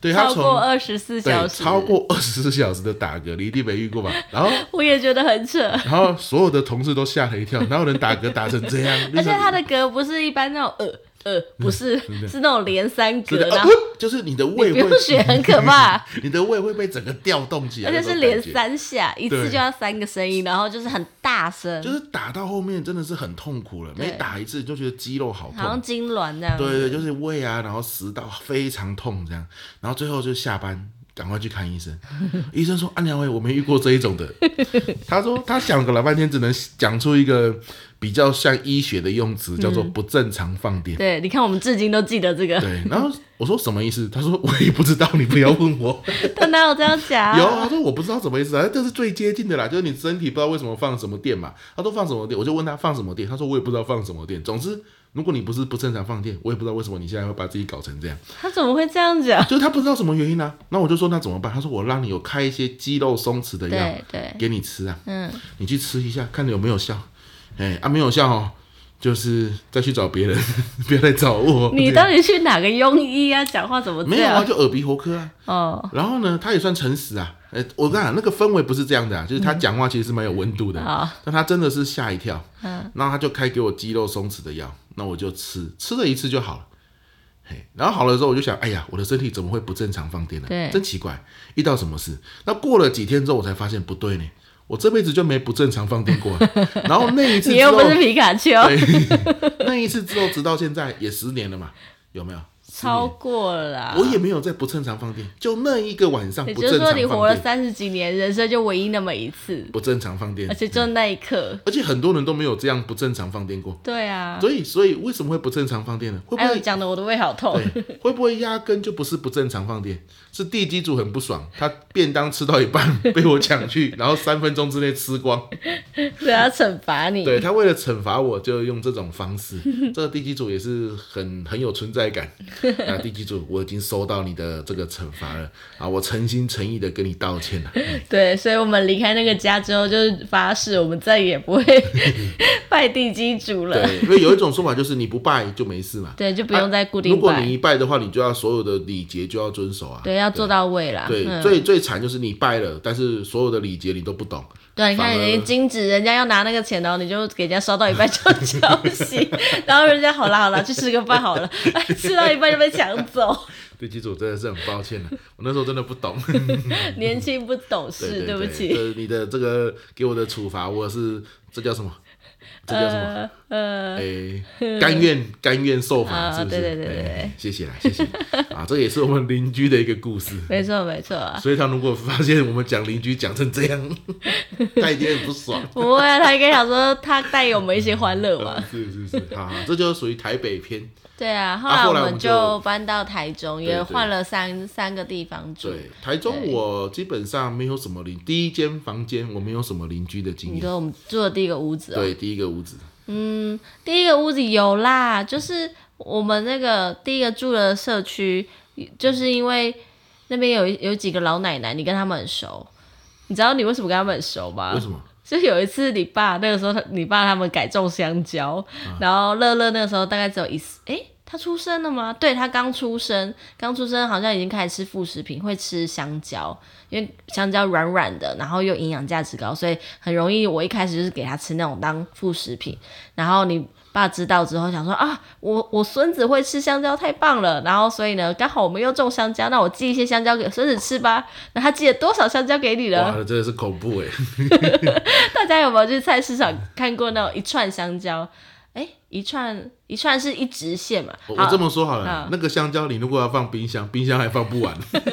Speaker 1: 对他
Speaker 2: 超
Speaker 1: 从
Speaker 2: 过二十四小
Speaker 1: 对，
Speaker 2: 时，
Speaker 1: 超过二十四小时的打嗝，你一定没遇过吧？然后，
Speaker 2: 我也觉得很扯。
Speaker 1: 然后所有的同事都吓了一跳，哪有人打嗝打成这样？
Speaker 2: 而且他
Speaker 1: 的
Speaker 2: 的嗝不是一般那种呃呃，
Speaker 1: <laughs>
Speaker 2: 不是，是那种连三嗝，
Speaker 1: 的、
Speaker 2: 然
Speaker 1: 啊
Speaker 2: 后、
Speaker 1: <laughs> 就是你的
Speaker 2: 你
Speaker 1: 胃
Speaker 2: 不用
Speaker 1: 会，
Speaker 2: 学，很可怕。
Speaker 1: 你的胃会被整个调动起来，
Speaker 2: 而且
Speaker 1: 那
Speaker 2: 是
Speaker 1: 种
Speaker 2: 连
Speaker 1: 感觉，
Speaker 2: 三下，一次
Speaker 1: 对
Speaker 2: 就要三个声音，然后就是很大声，
Speaker 1: 就是打到后面真的是很痛苦了，每
Speaker 2: 对
Speaker 1: 打一次就觉得肌肉好痛，
Speaker 2: 好像痉挛那样。
Speaker 1: 对对，就是胃啊，然后食道非常痛这样，然后最后就下班赶快去看医生。
Speaker 2: <laughs>
Speaker 1: 医生说：“安良伟，我没遇过这一种的。” <laughs> 他说他想个老半天，只能讲出一个比较像医学的用词，叫做
Speaker 2: 嗯
Speaker 1: 不正常放电。
Speaker 2: 对，你看我们至今都记得这个，
Speaker 1: 对，然后我说什么意思？他说我也不知道，你不要问
Speaker 2: <laughs>
Speaker 1: 我。
Speaker 2: 他哪有这样讲？
Speaker 1: 有，他说我不知道什么意思啊，这是最接近的啦，就是你身体不知道为什么放什么电嘛。他说放什么电，我就问他放什么电，他说我也不知道放什么电。总之，如果你不是不正常放电，我也不知道为什么你现在会把自己搞成这样。
Speaker 2: 他怎么会这样讲？
Speaker 1: 就是他不知道什么原因呢、那我就说那怎么办？他说我让你有开一些肌肉松弛的药
Speaker 2: 对对，
Speaker 1: 给你吃啊，
Speaker 2: 嗯，
Speaker 1: 你去吃一下，看你有没有效。哎、啊没有效哦，就是再去找别人， <laughs> 不要来找我。
Speaker 2: 你到底去哪个庸医啊？讲话怎么这
Speaker 1: 没有啊？
Speaker 2: 样？
Speaker 1: 就耳鼻喉科啊。
Speaker 2: 哦，
Speaker 1: 然后呢，他也算诚实啊。哎、我跟你讲，那个氛围不是这样的啊，就是他讲话其实是蛮有温度的，
Speaker 2: 嗯好，
Speaker 1: 但他真的是吓一跳。
Speaker 2: 嗯，
Speaker 1: 然后他就开给我肌肉松弛的药，那我就吃，吃了一次就好了。嘿，然后好了之后，我就想，哎呀，我的身体怎么会不正常放电呢、
Speaker 2: 对
Speaker 1: 真奇怪，遇到什么事？那过了几天之后，我才发现不对呢，我这辈子就没不正常放电过啊。
Speaker 2: <laughs>
Speaker 1: 然后那一次
Speaker 2: 你
Speaker 1: 之
Speaker 2: 又
Speaker 1: 后
Speaker 2: 不，是皮卡丘，
Speaker 1: <laughs> 那一次之后，直到现在也十年了嘛，有没有？十年
Speaker 2: 超过了啦。
Speaker 1: 我也没有在不正常放电，就那一个晚上
Speaker 2: 也
Speaker 1: 不
Speaker 2: 就
Speaker 1: 正
Speaker 2: 是
Speaker 1: 常
Speaker 2: 说，
Speaker 1: 放
Speaker 2: 你活了
Speaker 1: 电，
Speaker 2: 三十几年，人生就唯一那么一次，
Speaker 1: 不正常放电
Speaker 2: 而，且就那一刻。
Speaker 1: 而且很多人都没有这样不正常放电过。
Speaker 2: 对啊，
Speaker 1: 所以，所以为什么会不正常放电呢？会不
Speaker 2: 哎呦，
Speaker 1: 会
Speaker 2: 讲的我的胃好痛。
Speaker 1: 对， <laughs> 会不会压根就不是不正常放电？是地基组很不爽，他便当吃到一半被我抢去，然后三分钟之内吃
Speaker 2: <laughs>
Speaker 1: 光。
Speaker 2: 对啊，惩罚你。
Speaker 1: 对他为了惩罚我，就用这种方
Speaker 2: <laughs>
Speaker 1: 式。这个地基组也是很很有存在感。啊，地基组，我已经收到你的这个惩罚了啊，我诚心诚意的跟你道歉
Speaker 2: <laughs>
Speaker 1: 了。
Speaker 2: 对，所以我们离开那个家之后，就是发誓我们再
Speaker 1: <laughs>
Speaker 2: 也不会拜地基主了。
Speaker 1: 对，因为有一种说法就是你不拜就没事嘛。
Speaker 2: 对，就不用再固
Speaker 1: 啊如
Speaker 2: 定
Speaker 1: 果
Speaker 2: 拜。
Speaker 1: 你一拜的话，你就要所有的礼节就要遵守啊。
Speaker 2: 对，要做到位啦。
Speaker 1: 对，
Speaker 2: 嗯、
Speaker 1: 最最惨就是你拜了，但是所有的礼节你都不懂。
Speaker 2: 对，你看
Speaker 1: 反而
Speaker 2: 人家金纸，人家要拿那个钱哦，你就给人家烧到一半就消
Speaker 1: <laughs>
Speaker 2: 息，然后人家好啦好啦，去吃个饭好了，哎吃到一半就被抢走，
Speaker 1: 对机组真的是很抱歉了，啊我那时候真的不 <laughs> 懂，
Speaker 2: 年轻不懂事，
Speaker 1: 对
Speaker 2: 不
Speaker 1: 对，
Speaker 2: 起。
Speaker 1: 这你的这个给我的处罚，我是这叫什么？这叫什么？
Speaker 2: 呃呃，
Speaker 1: 哎、甘
Speaker 2: <laughs>
Speaker 1: 愿甘愿受罚，
Speaker 2: 啊
Speaker 1: 是不是？
Speaker 2: 对对对对
Speaker 1: 哎谢谢啦，谢谢啊，这也是我们邻居的一个故事。
Speaker 2: 没错没错啊，
Speaker 1: 所以他如果发现我们讲邻居讲成这样， <laughs> 他一定很不爽。
Speaker 2: <laughs> 不会啊，他应该想说他带给我们一些欢乐嘛。
Speaker 1: 是是是，好好，这就属于台北篇。
Speaker 2: 对啊，后
Speaker 1: 啊
Speaker 2: 来
Speaker 1: 后
Speaker 2: 我
Speaker 1: 来我
Speaker 2: 们
Speaker 1: 们
Speaker 2: 就
Speaker 1: 就
Speaker 2: 搬到台中，
Speaker 1: 对
Speaker 2: 也
Speaker 1: 对
Speaker 2: 换了三三个地方住。
Speaker 1: 对，台中我基本上没有什么邻，第一间房间我没有什么邻居的经
Speaker 2: 你
Speaker 1: 验。
Speaker 2: 说我们住的第一个屋子、哦，
Speaker 1: 对，第一个屋子，
Speaker 2: 第一个屋子有啦，就是我们那个第一个住的社区，就是因为那边有有几个老奶奶，你跟他们很熟。你知道你为什么跟他们很熟吗？
Speaker 1: 为什么？
Speaker 2: 就有一次，你爸那个时候他，你爸他们改种香蕉，然后乐乐那个时候大概只有一岁，诶、他出生了吗？对他刚出生，刚出生好像已经开始吃副食品，会吃香蕉，因为香蕉软软的，然后又营养价值高，所以很容易。我一开始就是给他吃那种当副食品，然后你爸知道之后想说啊，我我孙子会吃香蕉，太棒了。然后所以呢，刚好我们又种香蕉，那我寄一些香蕉给孙子吃吧。那他寄了多少香蕉给你了？
Speaker 1: 哇，真的 <laughs> 是恐怖哎！
Speaker 2: 大家有没有去菜市场看过那种一串香蕉？哎，一串一串是一直线嘛？
Speaker 1: 我
Speaker 2: 好
Speaker 1: 我这么说好了
Speaker 2: 好，
Speaker 1: 那个香蕉你如果要放冰箱，冰箱还放不完。 <laughs>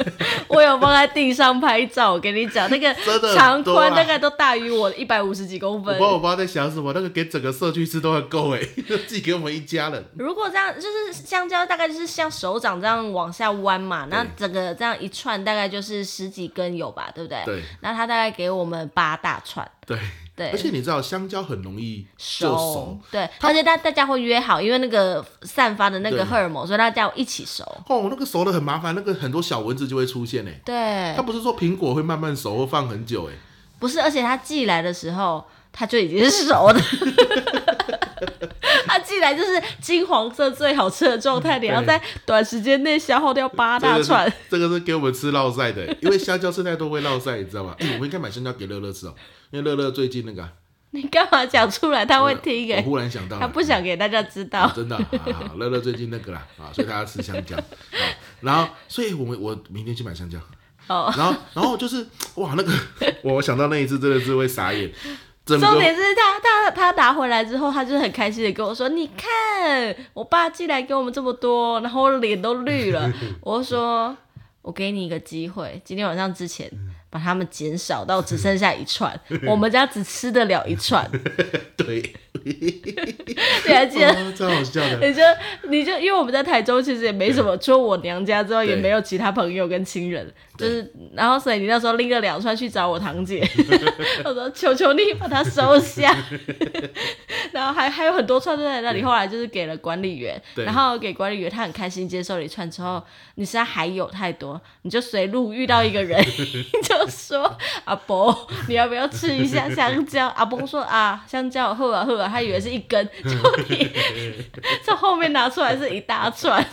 Speaker 2: 我有放在地上拍照，我跟你讲，那个
Speaker 1: <laughs> 真的很
Speaker 2: 长
Speaker 1: 多啊
Speaker 2: 宽大概都大于我一百五十几公
Speaker 1: 我
Speaker 2: 分
Speaker 1: 不知。道我爸在想什么，那个给整个社区吃都很够哎， <laughs> 寄给我们一家人。
Speaker 2: 如果这样，就是香蕉大概就是像手掌这样往下弯嘛，那整个这样一串大概就是十几根有吧，对不对？
Speaker 1: 对。
Speaker 2: 那它大概给我们八大串，
Speaker 1: 对，
Speaker 2: 对
Speaker 1: 而且你知道香蕉很容易就熟。
Speaker 2: 对，而且大大家会约好，因为那个散发的那
Speaker 1: 对
Speaker 2: 个荷尔蒙，所以大家一起熟。
Speaker 1: 哦，那个熟的很麻烦，那个很多小蚊子就会出现哎。
Speaker 2: 对
Speaker 1: 它，不是说苹果会慢慢熟或放很久哎，
Speaker 2: 不是，而且他寄来的时候，它就已经是熟的。它寄来就是金黄色最好吃的状态，你要在短时间内消耗掉八大
Speaker 1: 这个
Speaker 2: 串
Speaker 1: 是。这个是给我们吃落晒的，欸因为香蕉吃太多会落晒，你知道吗？哎、我们应该买香蕉给乐乐吃哦，因为乐乐最近那个啊、
Speaker 2: 你干嘛讲出来？他会听
Speaker 1: 我
Speaker 2: 哎、
Speaker 1: 忽然想到了，
Speaker 2: 他不想给大家知
Speaker 1: 啊
Speaker 2: 道。
Speaker 1: 真的啊，啊啊乐乐最近那个啦啊，所以他要吃香蕉。啊然后，所以我们我明天去买香蕉。
Speaker 2: 哦，
Speaker 1: 然后，然后就是哇，那个我想到那一次真的是会傻眼，整
Speaker 2: 重
Speaker 1: 个
Speaker 2: 点是他他他拿回来之后，他就很开心的跟我说：“你看，我爸寄来给我们这么多，然后我脸都绿了。”我就说：“我给你一个机会，今天晚上之前把它们减少到只剩下一串，我们家只吃得了一串。
Speaker 1: 对，”
Speaker 2: 你还记得？
Speaker 1: 哦超好笑的。
Speaker 2: <laughs> 你就你就因为我们在台州其实也没什么，除了我娘家之外，也没有其他朋友跟亲人，就是然后所以你那时候拎了两串去找我堂姐，我说求求你把它收下，然后还还有很多串都在那里，后来就是给了管理员，
Speaker 1: 对
Speaker 2: 然后给管理员他很开心接受了一串之后，你实在还有太多，你就随路遇到一
Speaker 1: <laughs>
Speaker 2: 个人你就说阿伯你要不要吃一下香蕉？阿伯说啊香蕉喝啊喝啊，他以为是一根，结果
Speaker 1: <laughs>
Speaker 2: 你。从后面拿出来是一大串。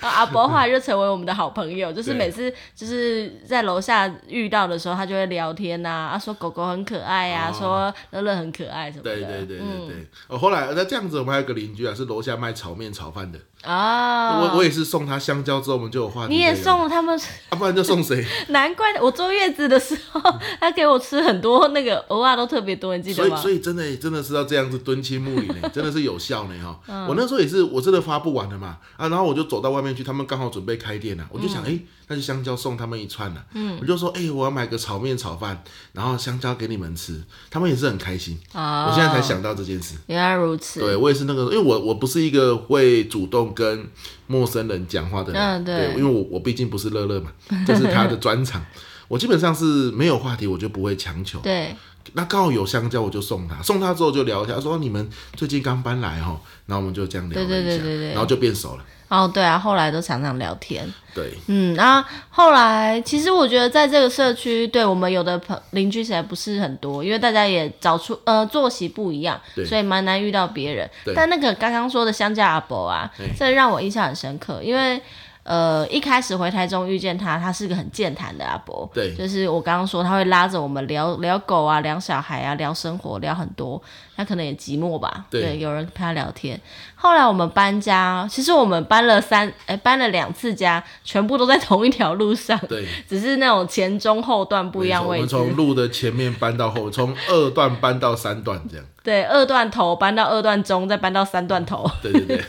Speaker 2: 然后阿伯后来就成为我们的好朋友，就是
Speaker 1: 对
Speaker 2: 每次就是在楼下遇到的时候，他就会聊天呐、啊，说狗狗很可爱呀、啊，说乐乐很可爱什么的。
Speaker 1: 哦对对对对
Speaker 2: 嗯
Speaker 1: 对，哦，后来那这样子，我们还有个邻居啊，是楼下卖炒面炒饭的，
Speaker 2: 啊，
Speaker 1: 我我也是送他香蕉之后，我们就有话题可
Speaker 2: 你
Speaker 1: 以聊。
Speaker 2: 也送了他们， <laughs>
Speaker 1: 啊，不然就送谁？
Speaker 2: 难怪我坐月子的时候，他给我吃很多那个偶尔都特别多，你记
Speaker 1: 所
Speaker 2: 得
Speaker 1: 以
Speaker 2: 吗
Speaker 1: 所？以真的真的是要这样子敦亲睦邻
Speaker 2: <laughs>
Speaker 1: 呢，真的是有效呢哈、
Speaker 2: 嗯
Speaker 1: 我那时候也是，我真的发不完的嘛啊，然后我就走到外面去，他们刚好准备开店了、啊我就想
Speaker 2: 嗯
Speaker 1: 诶，那就香蕉送他们一串了、嗯，我就说诶，我要买个炒面炒饭，然后香蕉给你们吃，他们也是很开心。
Speaker 2: 啊
Speaker 1: 我现在才，想到这件事。
Speaker 2: 原来如此。
Speaker 1: 对，我也是那个，因为我我不是一个会主动跟陌生人讲话的人，
Speaker 2: 嗯对
Speaker 1: 因为我我毕竟不是乐乐嘛，这是他的专
Speaker 2: <laughs>
Speaker 1: 场，我基本上是没有话题我就不会强求，
Speaker 2: 对
Speaker 1: 那刚好有香蕉我就送他，送他之后就聊一下，说哦你们最近刚搬来哦，然后我们就这样聊了一下，
Speaker 2: 对对对对对
Speaker 1: 然后就变熟了，
Speaker 2: 哦对啊，后来都常常聊天。
Speaker 1: 对，
Speaker 2: 嗯，那、后来其实我觉得在这个社区，对我们有的朋邻居实在不是很多，因为大家也早出呃作息不一样
Speaker 1: 对，
Speaker 2: 所以蛮难遇到别人
Speaker 1: 对。
Speaker 2: 但那个刚刚说的乡下阿伯啊
Speaker 1: 对，
Speaker 2: 这让我印象很深刻，因为。呃，一开始回台中遇见他，他是个很健谈的阿伯，
Speaker 1: 对
Speaker 2: 就是我刚刚说他会拉着我们聊聊狗啊，聊小孩啊，聊生活，聊很多。他可能也寂寞吧，
Speaker 1: 对
Speaker 2: 有人陪他聊天。后来我们搬家，其实我们搬了三，哎，搬了两次家，全部都在同一条路上，
Speaker 1: 对，
Speaker 2: 只是那种前中后段不一样
Speaker 1: 没错我
Speaker 2: 位
Speaker 1: 们
Speaker 2: 置。
Speaker 1: 从路的前面搬到后，从二段搬到三段这样，
Speaker 2: 对，二段头搬到二段中，再搬到三段头， <laughs>
Speaker 1: 对对对，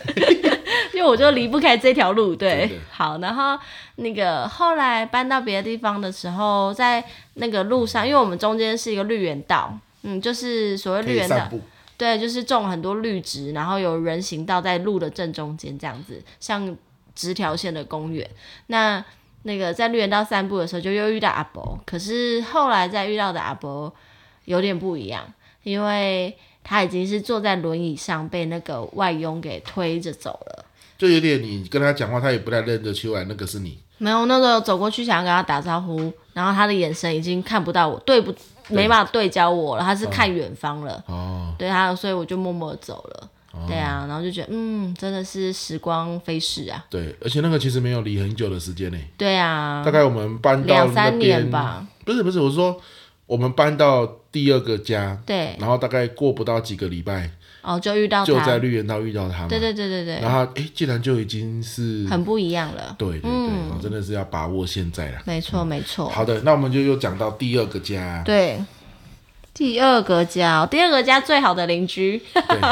Speaker 2: 因为我就离不开这条路。对，
Speaker 1: 对对
Speaker 2: 好，然后那个后来搬到别的地方的时候，在那个路上，因为我们中间是一个绿园道，嗯，就是所谓
Speaker 1: 可
Speaker 2: 绿
Speaker 1: 以
Speaker 2: 园道
Speaker 1: 散，步，
Speaker 2: 对，就是种很多绿植，然后有人行道在路的正中间这样子，像直条线的公园。那那个在绿园道散步的时候，就又遇到阿伯，可是后来再遇到的阿伯有点不一样，因为他已经是坐在轮椅上被那个外佣给推着走了。
Speaker 1: 就有点你跟他讲话，他也不太认得出来那个是你，
Speaker 2: 没有，那时候走过去想要跟他打招呼，然后他的眼神已经看不到我，对不没办法对焦我了，他是看远方了。
Speaker 1: 哦，
Speaker 2: 对啊，所以我就默默地走了。对啊，然后就觉得，嗯，真的是时光飞逝啊。
Speaker 1: 对，而且那个其实没有离很久的时间呢、
Speaker 2: 对啊
Speaker 1: 大，概我们搬到
Speaker 2: 两
Speaker 1: 那
Speaker 2: 三
Speaker 1: 边
Speaker 2: 年，吧。
Speaker 1: 不是不是，我是说我们搬到第二个家，
Speaker 2: 对，
Speaker 1: 然后大概过不到几个礼拜，
Speaker 2: 哦，就遇到
Speaker 1: 就在
Speaker 2: 他。
Speaker 1: 绿园道遇到他嘛，
Speaker 2: 对对对对对，
Speaker 1: 然后哎，诶竟然就已经是，
Speaker 2: 很嗯不一样了。
Speaker 1: 对对对，哦真的是要把握现在了。
Speaker 2: 没错没错。
Speaker 1: 好的，那我们就又讲到第二个家，
Speaker 2: 对，第二个家哦，第二个家最好的邻居，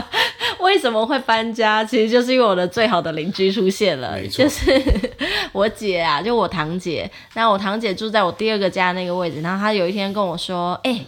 Speaker 2: <laughs> 为什么会搬家？其实就是因为我的最好的邻居出现了，
Speaker 1: 没错
Speaker 2: 就是我姐啊，就我堂姐。那我堂姐住在我第二个家那个位置，然后她有一天跟我说：“哎、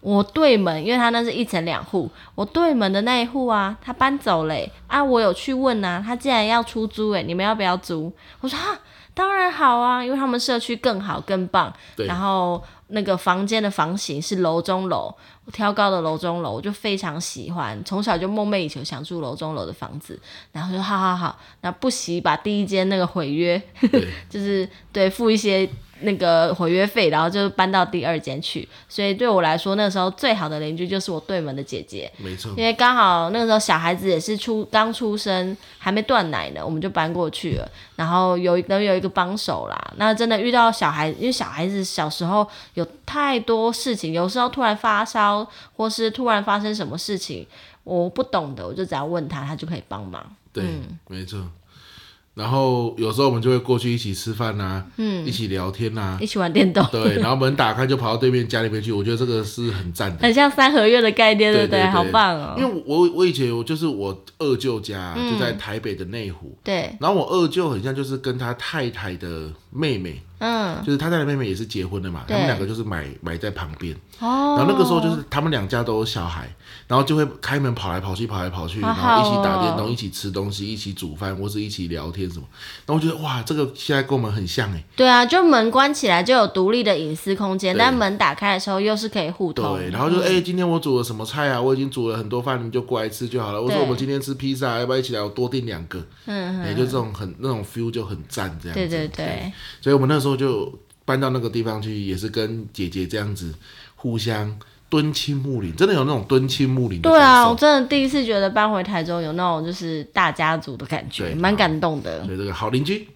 Speaker 2: 我对门，因为她那是一层两户，我对门的那一户啊，她搬走嘞、啊，我有去问啊，她竟然要出租哎、你们要不要租？”我说：“啊，当然好啊，因为他们社区更好更棒。”
Speaker 1: 对
Speaker 2: 然后那个房间的房型是楼中楼，我挑高的楼中楼，我就非常喜欢，从小就梦寐以求想住楼中楼的房子。然后就好好好，那不惜把第一间那个毁约，
Speaker 1: 对，
Speaker 2: 就是对付一些那个毁约费，然后就搬到第二间去。所以对我来说，那时候最好的邻居就是我对门的姐姐。
Speaker 1: 没
Speaker 2: <laughs>
Speaker 1: 错，
Speaker 2: 因为刚好那个时候小孩子也是出刚出生，还没断奶呢，我们就搬过去了。然后有能有一个帮手啦，那真的遇到小孩，因为小孩子小时候有太多事情，有时候突然发烧，或是突然发生什么事情，我不懂的，我就只要问他，他就可以帮忙。
Speaker 1: 对，
Speaker 2: 嗯
Speaker 1: 没错。然后有时候我们就会过去一起吃饭呐、嗯，一起聊天呐、
Speaker 2: 一起玩电动，
Speaker 1: 对， <laughs> 然后门打开就跑到对面家里面去，我觉得这个是很赞的。
Speaker 2: 很像三合院的概念，
Speaker 1: 对
Speaker 2: 不
Speaker 1: 对，
Speaker 2: 好棒哦、
Speaker 1: 因为我我以前我就是我二舅家
Speaker 2: 嗯
Speaker 1: 就在台北的内湖，
Speaker 2: 对，
Speaker 1: 然后我二舅很像就是跟他太太的妹妹，
Speaker 2: 嗯，
Speaker 1: 就是他太太妹妹也是结婚的嘛，他
Speaker 2: 对
Speaker 1: 们两个就是买买在旁边。
Speaker 2: 哦，
Speaker 1: 然后那个时候就是他们两家都有小孩，然后就会开门跑来跑去，跑来跑去，
Speaker 2: 好哦
Speaker 1: 然
Speaker 2: 好
Speaker 1: 后一起打电
Speaker 2: 哦
Speaker 1: 动，一起吃东西，一起煮饭，或是一起聊天什么。然后我觉得哇，这个现在跟我们很像哎，
Speaker 2: 对啊，就门关起来就有独立的隐私空间，
Speaker 1: 对
Speaker 2: 但门打开的时候又是可以互通。
Speaker 1: 对，然后就哎、今天我煮了什么菜啊？我已经煮了很多饭，你们就过来吃就好了。我说
Speaker 2: 对
Speaker 1: 我们今天吃披萨，要不要一起来？我多订两个，
Speaker 2: 嗯，
Speaker 1: 哎、就这种很那种 feel 就很赞这样子。
Speaker 2: 对对对，
Speaker 1: 所以我们那时候就搬到那个地方去，也是跟姐姐这样子互相敦亲睦邻，真的有那种敦亲睦邻的
Speaker 2: 对
Speaker 1: 感
Speaker 2: 啊，我
Speaker 1: 受。
Speaker 2: 真的第一次觉得搬回台中有那种就是大家族的感觉，
Speaker 1: 对
Speaker 2: 蛮感动的。
Speaker 1: 对这个好邻居，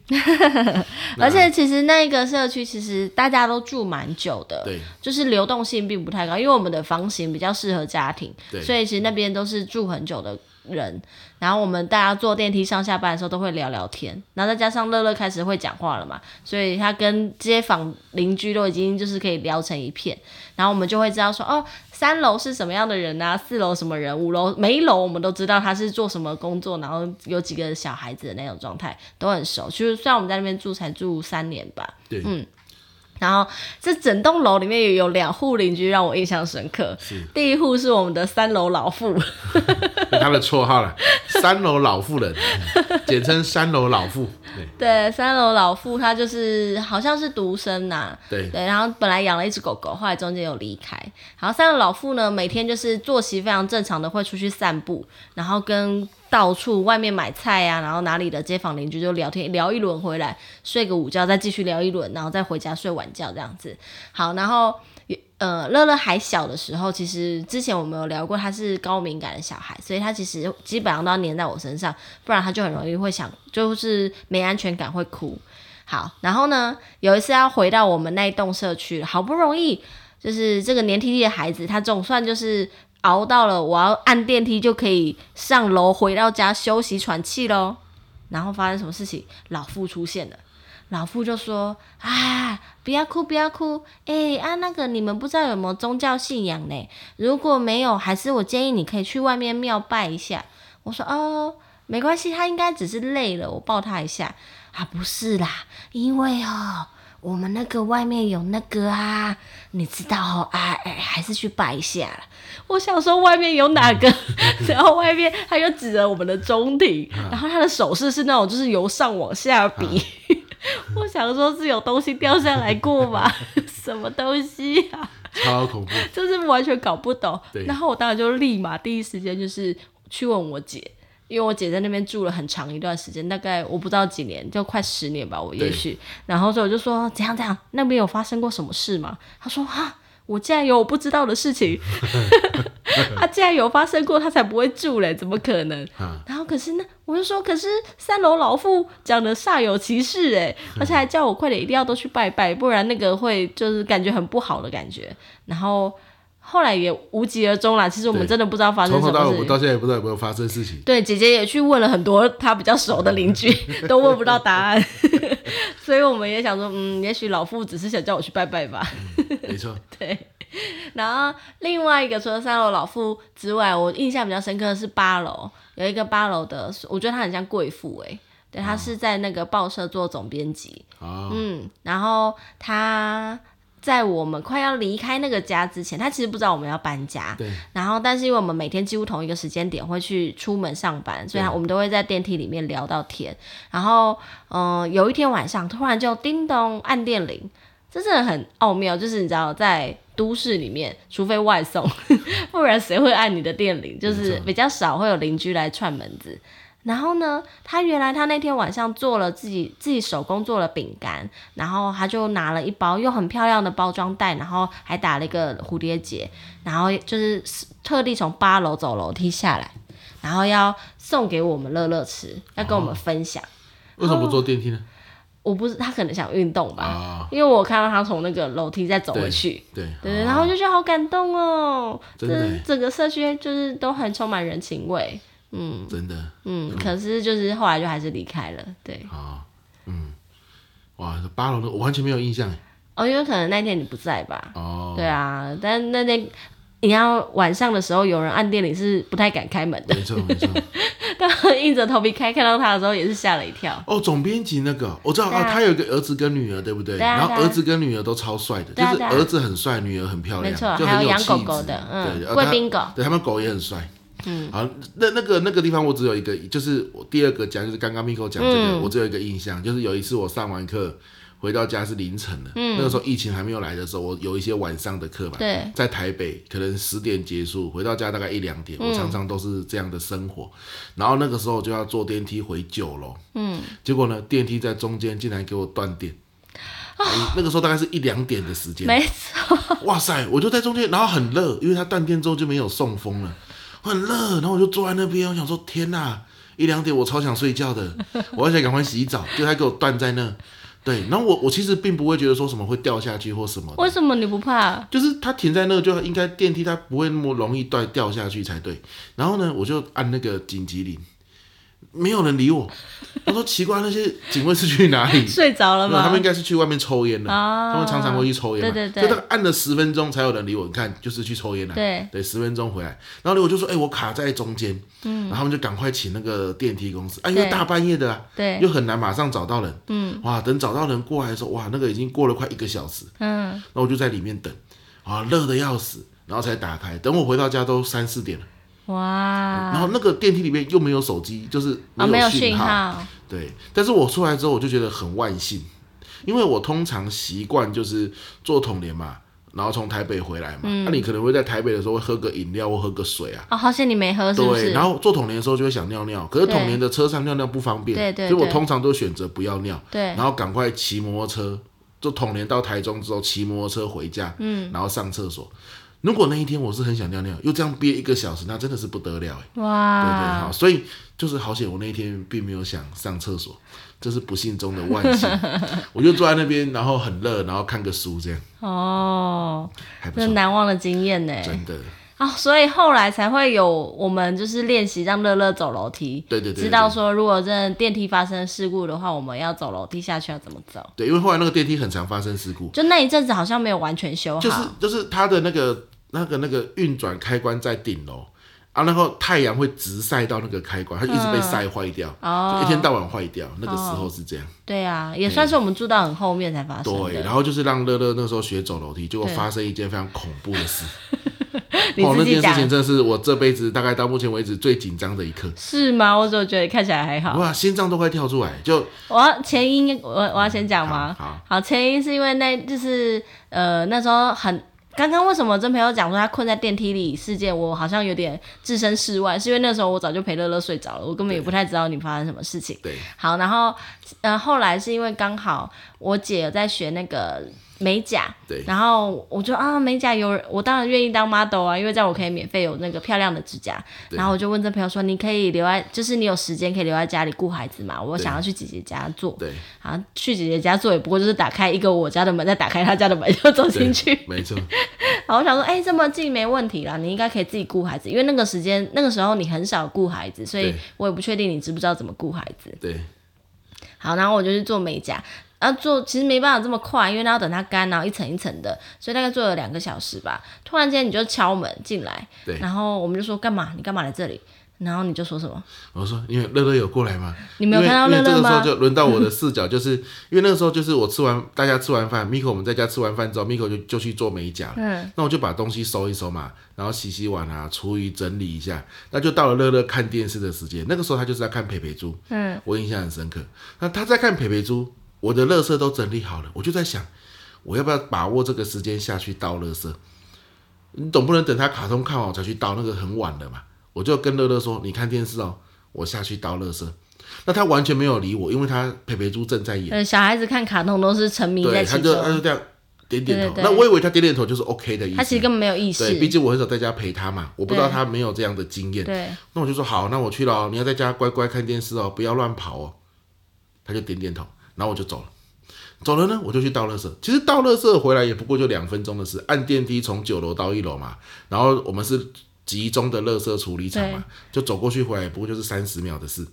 Speaker 2: 而且其实那个社区其实大家都住蛮久的，
Speaker 1: 对
Speaker 2: 就是流动性并不太高，因为我们的房型比较适合家庭，
Speaker 1: 对
Speaker 2: 所以其实那边都是住很久的人。然后我们大家坐电梯上下班的时候都会聊聊天，然后再加上乐乐开始会讲话了嘛，所以他跟街坊邻居都已经就是可以聊成一片。然后我们就会知道说，哦，三楼是什么样的人啊，四楼什么人，五楼每一楼我们都知道他是做什么工作，然后有几个小孩子的那种状态都很熟。其实虽然我们在那边住才住三年吧，
Speaker 1: 对，
Speaker 2: 嗯然后这整栋楼里面也有两户邻居让我印象深刻。第一户是我们的三楼老妇，
Speaker 1: 他的绰号了， <laughs> 三楼老妇人，嗯简称三楼老妇。
Speaker 2: 对，三楼老妇她就是好像是独生啊呐、
Speaker 1: 对对
Speaker 2: 对，然后本来养了一只狗狗，后来中间有离开。然后三楼老妇呢，每天就是作息非常正常的，会出去散步，然后跟到处外面买菜啊，然后哪里的街坊邻居就聊天聊一轮，回来睡个午觉，再继续聊一轮，然后再回家睡晚觉这样子。好，然后。呃，乐乐还小的时候，其实之前我们有聊过，他是高敏感的小孩，所以他其实基本上都要黏在我身上，不然他就很容易会想，就是没安全感，会哭。好，然后呢，有一次要回到我们那一栋社区，好不容易就是这个黏 T T 的孩子，他总算就是熬到了我要按电梯就可以上楼回到家休息喘气喽。然后发生什么事情？老妇出现了。老妇就说：“啊，不要哭，不要哭！哎、啊，那个你们不知道有没有宗教信仰呢？如果没有，还是我建议你可以去外面庙拜一下。”我说：“哦，没关系，他应该只是累了，我抱他一下。”啊，不是啦，因为哦，我们那个外面有那个啊，你知道哦啊，哎，还是去拜一下啦。我想说外面有哪个， <laughs> 然后外面他又指着我们的中庭，然后他的手势是那种就是由上往下比。 <laughs> 我想说是有东西掉下来过吧？ <laughs> 什么东西啊？
Speaker 1: 超恐怖。
Speaker 2: 就是完全搞不懂
Speaker 1: 对。
Speaker 2: 然后我当然就立马第一时间就是去问我姐，因为我姐在那边住了很长一段时间，大概我不知道几年，就快十年吧，我也许。然后所以我就说怎样怎样，那边有发生过什么事吗？她说啊。我竟然有我不知道的事情， <laughs> 她竟然有发生过，她才不会住嘞，怎么可能？
Speaker 1: 啊
Speaker 2: 然后可是呢，我就说，可是三楼老妇讲的煞有其事哎，而且还叫我快点一定要都去拜拜，不然那个会就是感觉很不好的感觉。然后后来也无疾而终啦。其实我们
Speaker 1: 对
Speaker 2: 真的不知道发生
Speaker 1: 从
Speaker 2: 什
Speaker 1: 头到尾，
Speaker 2: 么
Speaker 1: 我
Speaker 2: 事。
Speaker 1: 到现在也不知道有没有发生事情。
Speaker 2: 对，姐姐也去问了很多她比较熟的邻
Speaker 1: <laughs>
Speaker 2: 居，都问不到答案， <laughs> 所以我们也想说，嗯，也许老妇只是想叫我去拜拜吧。 <laughs>
Speaker 1: 没错，
Speaker 2: 对，然后另外一个除了三楼老妇之外，我印象比较深刻的是八楼有一个八楼的，我觉得她很像贵妇诶、对，她是在那个报社做总编辑，
Speaker 1: 啊，
Speaker 2: 嗯，然后她在我们快要离开那个家之前，她其实不知道我们要搬家，
Speaker 1: 对，
Speaker 2: 然后但是因为我们每天几乎同一个时间点会去出门上班，所以
Speaker 1: 对
Speaker 2: 我们都会在电梯里面聊到天，然后嗯、呃有一天晚上突然就叮咚按电铃，这真的很奥妙，就是你知道在都市里面，除非外送， <laughs> 不然谁会按你的电铃？就是比较少会有邻居来串门子。然后呢，他原来他那天晚上做了自己自己手工做了饼干，然后他就拿了一包又很漂亮的包装袋，然后还打了一个蝴蝶结，然后就是特地从八楼走楼梯下来，然后要送给我们乐乐吃，要跟我们分享。
Speaker 1: 为什么不坐电梯呢？
Speaker 2: 我不是他可能想运动吧，
Speaker 1: 啊，
Speaker 2: 因为我看到他从那个楼梯再走回去，
Speaker 1: 对，哦
Speaker 2: 对对，然后我就觉得好感动哦，
Speaker 1: 真的耶
Speaker 2: 这整个社区就是都很充满人情味，
Speaker 1: 哦真的
Speaker 2: 嗯，可是就是后来就还是离开了，对，
Speaker 1: 啊，嗯，哇，八楼的我完全没有印象哎。
Speaker 2: 哦，因为可能那天你不在吧，
Speaker 1: 哦，
Speaker 2: 对啊，但那天你要晚上的时候有人按电铃是不太敢开门的， <laughs>
Speaker 1: 没错没错。
Speaker 2: 但硬着头皮开，看到他的时候也是吓了一跳，
Speaker 1: 哦，总编辑那个我知道
Speaker 2: 对啊
Speaker 1: 啊，他有一个儿子跟女儿，对不对？
Speaker 2: 对啊
Speaker 1: 然
Speaker 2: 对
Speaker 1: 后
Speaker 2: 啊
Speaker 1: 儿子跟女儿都超帅的，
Speaker 2: 对
Speaker 1: 就
Speaker 2: 啊
Speaker 1: 是
Speaker 2: 对啊
Speaker 1: 儿子很帅，女儿很漂亮，
Speaker 2: 没错
Speaker 1: 就
Speaker 2: 还
Speaker 1: 很有
Speaker 2: 有养
Speaker 1: 气
Speaker 2: 狗
Speaker 1: 质
Speaker 2: 狗的嗯
Speaker 1: 对，呃
Speaker 2: 贵
Speaker 1: 他
Speaker 2: 宾狗
Speaker 1: 对他们狗也很帅。嗯，好，那那个那个地方我只有一个，就是我第二个讲，就是刚刚 Miko 讲这个，
Speaker 2: 嗯
Speaker 1: 我只有一个印象，就是有一次我上完课回到家是凌晨了，
Speaker 2: 嗯
Speaker 1: 那个时候疫情还没有来的时候，我有一些晚上的课吧，
Speaker 2: 对
Speaker 1: 在台北可能十点结束，回到家大概一两点，我常常都是这样的生活，然后那个时候就要坐电梯回九楼，嗯，结果呢电梯在中间竟然给我断电。哎那个时候大概是一两点的时间，
Speaker 2: 没错，
Speaker 1: 哇塞，我就在中间，然后很热，因为它断电之后就没有送风了，很热，然后我就坐在那边，我想说天哪，一两点我超想睡觉的，我想赶快洗澡，就它给我断在那。对，然后我我其实并不会觉得说什么会掉下去或什么的，
Speaker 2: 为什么你不怕？
Speaker 1: 就是它停在那就应该电梯它不会那么容易断掉下去才对。然后呢，我就按那个紧急铃，没有人理我，我说奇怪，那些警卫是去哪
Speaker 2: <laughs>
Speaker 1: 里？
Speaker 2: 睡着了
Speaker 1: 没有，
Speaker 2: 吗？
Speaker 1: 他们应该是去外面抽烟了，
Speaker 2: 哦
Speaker 1: 他们常常会去抽烟嘛，
Speaker 2: 对对对
Speaker 1: 所以大概按了十分钟才有人理我，你看就是去抽烟了，啊
Speaker 2: 对
Speaker 1: 十分钟回来，然后呢我就说，哎、我卡在中间，嗯，然后他们就赶快请那个电梯公司，啊，因为
Speaker 2: 对
Speaker 1: 大半夜的、啊，
Speaker 2: 对
Speaker 1: 又很难马上找到人，嗯，哇，等找到人过来的时候，哇，那个已经过了快一个小时，
Speaker 2: 嗯，
Speaker 1: 那我就在里面等，啊，热的要死，然后才打开，等我回到家都三四点了，
Speaker 2: 哇，
Speaker 1: 然后那个电梯里面又没有手机，就是
Speaker 2: 啊、没有
Speaker 1: 讯
Speaker 2: 讯号，
Speaker 1: 对，但是我出来之后，我就觉得很万幸，因为我通常习惯就是做统联嘛，然后从台北回来嘛，那、
Speaker 2: 嗯
Speaker 1: 你可能会在台北的时候会喝个饮料或喝个水啊。
Speaker 2: 哦，好险你没喝，是不
Speaker 1: 对，
Speaker 2: 是？
Speaker 1: 然后做统联的时候就会想尿尿，可是
Speaker 2: 对
Speaker 1: 统联的车上尿尿不方便，
Speaker 2: 对对
Speaker 1: 所以我
Speaker 2: 对
Speaker 1: 通常都选择不要尿，
Speaker 2: 对
Speaker 1: 然后赶快骑摩托车，就统联到台中之后骑摩托车回家，嗯，然后上厕所。如果那一天我是很想尿尿，又这样憋一个小时，那真的是不得了哎。对对，
Speaker 2: 哇
Speaker 1: 好，，所以就是好险，我那一天并没有想上厕所，这是不幸中的万 <laughs> 幸。我就坐在那边，然后很热，然后看个书，这样
Speaker 2: 哦，
Speaker 1: 还不
Speaker 2: 这
Speaker 1: 错，
Speaker 2: 难忘的经验呢。
Speaker 1: 真的。欸
Speaker 2: 哦，所以后来才会有我们就是练习让乐乐走楼梯，
Speaker 1: 对对对对
Speaker 2: 知道说如果真的电梯发生事故的话，我们要走楼梯下去要怎么走。
Speaker 1: 对，因为后来那个电梯很常发生事故，
Speaker 2: 就那一阵子好像没有完全哦修好，
Speaker 1: 就是就是它的那个那个那个运转开关在顶楼啊，然后太阳会直晒到那个开关，它就一直被晒坏掉，
Speaker 2: 哦
Speaker 1: 就一天到晚坏掉。那个时候是这样。
Speaker 2: 对啊，也算是我们住到很后面才发生
Speaker 1: 对，
Speaker 2: 的。
Speaker 1: 然后就是让乐乐那时候学走楼梯，结果
Speaker 2: 对
Speaker 1: 发生一件非常恐怖的事。
Speaker 2: <laughs> 你
Speaker 1: 哦，那
Speaker 2: 自己
Speaker 1: 件事
Speaker 2: 讲
Speaker 1: 情真的是我这辈子大概到目前为止最紧张的一刻。
Speaker 2: 是吗？我怎么觉得看起来还好？
Speaker 1: 哇，心脏都快跳出来，就
Speaker 2: 我要前因，我我要先讲吗？
Speaker 1: 好好
Speaker 2: 前因是因为那就是呃那时候很。刚刚为什么真朋友讲说他困在电梯里事件，我好像有点置身事外，是因为那时候我早就陪乐乐睡着了，我根本也不太知道你发生什么事情。
Speaker 1: 对
Speaker 2: 好，然后呃后来是因为刚好我姐有在学那个美甲，
Speaker 1: 对
Speaker 2: 然后我就啊美甲有人，我当然愿意当 model 啊，因为这样我可以免费有那个漂亮的指甲。
Speaker 1: 对
Speaker 2: 然后我就问这朋友说，你可以留在，就是你有时间可以留在家里顾孩子嘛？我想要去姐姐家做，
Speaker 1: 对，
Speaker 2: 啊，去姐姐家做也不过就是打开一个我家的门，再打开她家的门就走 <laughs> 进去。 <laughs>
Speaker 1: 没错，
Speaker 2: 然后我想说，哎、这么近没问题啦，你应该可以自己顾孩子，因为那个时间那个时候你很少顾孩子，所以
Speaker 1: 对
Speaker 2: 我也不确定你知不知道怎么顾孩子。
Speaker 1: 对
Speaker 2: 好，然后我就去做美甲。然后做其实没办法这么快，因为它要等它干，然后一层一层的，所以大概做了两个小时吧。突然间你就敲门进来，
Speaker 1: 对
Speaker 2: 然后我们就说干嘛？你干嘛来这里？然后你就说什么？
Speaker 1: 我说，因为乐乐有过来嘛，
Speaker 2: 你没有
Speaker 1: 因为
Speaker 2: 看到乐乐
Speaker 1: 因
Speaker 2: 吗
Speaker 1: 为这个时候就轮到我的视角，
Speaker 2: <laughs>
Speaker 1: 就是因为那个时候就是我吃完，大家吃完饭，Miko 我们在家吃完饭之后，Miko 就就去做美甲了。
Speaker 2: 嗯，
Speaker 1: 那我就把东西收一收嘛，然后洗洗碗啊，厨余整理一下，那就到了乐乐看电视的时间。那个时候他就是在看培培猪，
Speaker 2: 嗯，
Speaker 1: 我印象很深刻。那他在看培培猪，我的乐色都整理好了，我就在想，我要不要把握这个时间下去倒乐色？你总不能等他卡通看完我才去倒，那个很晚了嘛。我就跟乐乐说：“你看电视哦，我下去倒乐色。”那他完全没有理我，因为他培培猪正在演，
Speaker 2: 呃，小孩子看卡通都是沉迷
Speaker 1: 对，
Speaker 2: 在
Speaker 1: 他
Speaker 2: 其
Speaker 1: 就他
Speaker 2: 中，
Speaker 1: 就这样点点头。
Speaker 2: 对对对
Speaker 1: 那我以为他点点头就是 OK 的意思，
Speaker 2: 他其实根本没有意识
Speaker 1: 对，，毕竟我很少在家陪他嘛，我不知道
Speaker 2: 对
Speaker 1: 他没有这样的经验。
Speaker 2: 对，
Speaker 1: 那我就说好，那我去了哦，你要在家乖乖看电视哦，不要乱跑哦。他就点点头，然后我就走了。走了呢，我就去倒垃圾。其实倒垃圾回来也不过就两分钟的事，按电梯从九楼到一楼嘛，然后我们是集中的垃圾处理厂嘛，就走过去回来也不过就是三十秒的事。